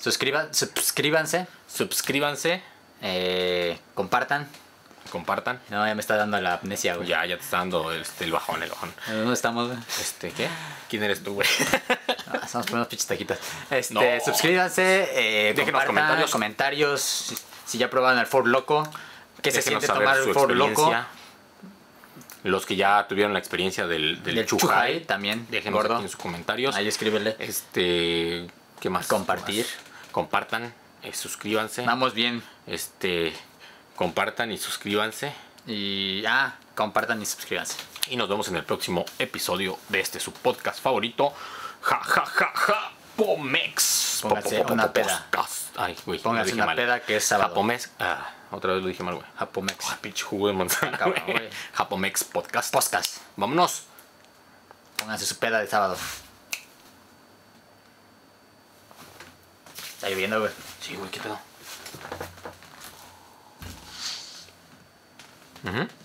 [SPEAKER 1] Suscriban, suscríbanse,
[SPEAKER 2] Suscríbanse,
[SPEAKER 1] eh, compartan.
[SPEAKER 2] compartan.
[SPEAKER 1] No, ya me está dando la amnesia, güey.
[SPEAKER 2] pues Ya, ya te está dando este, el bajón, el bajón.
[SPEAKER 1] ¿Dónde estamos, güey?
[SPEAKER 2] Este, ¿qué? ¿Quién eres tú, güey?
[SPEAKER 1] Ah, Estamos poniendo pinches taquitos. Este,
[SPEAKER 2] No.
[SPEAKER 1] suscríbanse, eh,
[SPEAKER 2] Déjenos
[SPEAKER 1] compartan,
[SPEAKER 2] comentarios.
[SPEAKER 1] comentarios. Si, si ya probaron el Ford Loco, ¿qué se
[SPEAKER 2] Déjenos
[SPEAKER 1] siente
[SPEAKER 2] saber
[SPEAKER 1] tomar
[SPEAKER 2] su
[SPEAKER 1] el Ford Loco?
[SPEAKER 2] experiencia. Los que ya tuvieron la experiencia del, del,
[SPEAKER 1] Del
[SPEAKER 2] Chuhai,
[SPEAKER 1] Chuhai también,
[SPEAKER 2] Déjenos
[SPEAKER 1] gordo.
[SPEAKER 2] aquí en Eh. sus comentarios.
[SPEAKER 1] Ahí escríbele.
[SPEAKER 2] Este, ¿qué más?
[SPEAKER 1] Compartir.
[SPEAKER 2] ¿Qué más? Compartan, eh, suscríbanse.
[SPEAKER 1] Vamos bien.
[SPEAKER 2] Este, compartan y suscríbanse.
[SPEAKER 1] Y ah, compartan y suscríbanse.
[SPEAKER 2] Y nos vemos en el próximo episodio de este su podcast favorito. Ja, ja, ja, ja. Pomex. Po-
[SPEAKER 1] Pónganse
[SPEAKER 2] po- po-
[SPEAKER 1] una
[SPEAKER 2] po-
[SPEAKER 1] peda.
[SPEAKER 2] podcast. Ay, güey. lo
[SPEAKER 1] Pónganse
[SPEAKER 2] dije
[SPEAKER 1] una
[SPEAKER 2] mal.
[SPEAKER 1] peda que es sábado.
[SPEAKER 2] Japomex. Ah, otra vez lo dije mal, güey.
[SPEAKER 1] Japomex.
[SPEAKER 2] Ah, pinche jugo de manzana.
[SPEAKER 1] cabrón,
[SPEAKER 2] güey.
[SPEAKER 1] güey.
[SPEAKER 2] Japomex podcast.
[SPEAKER 1] Podcast.
[SPEAKER 2] Vámonos.
[SPEAKER 1] Pónganse su peda de sábado. Está lloviendo, güey.
[SPEAKER 2] Sí, güey, qué pedo. Ujú.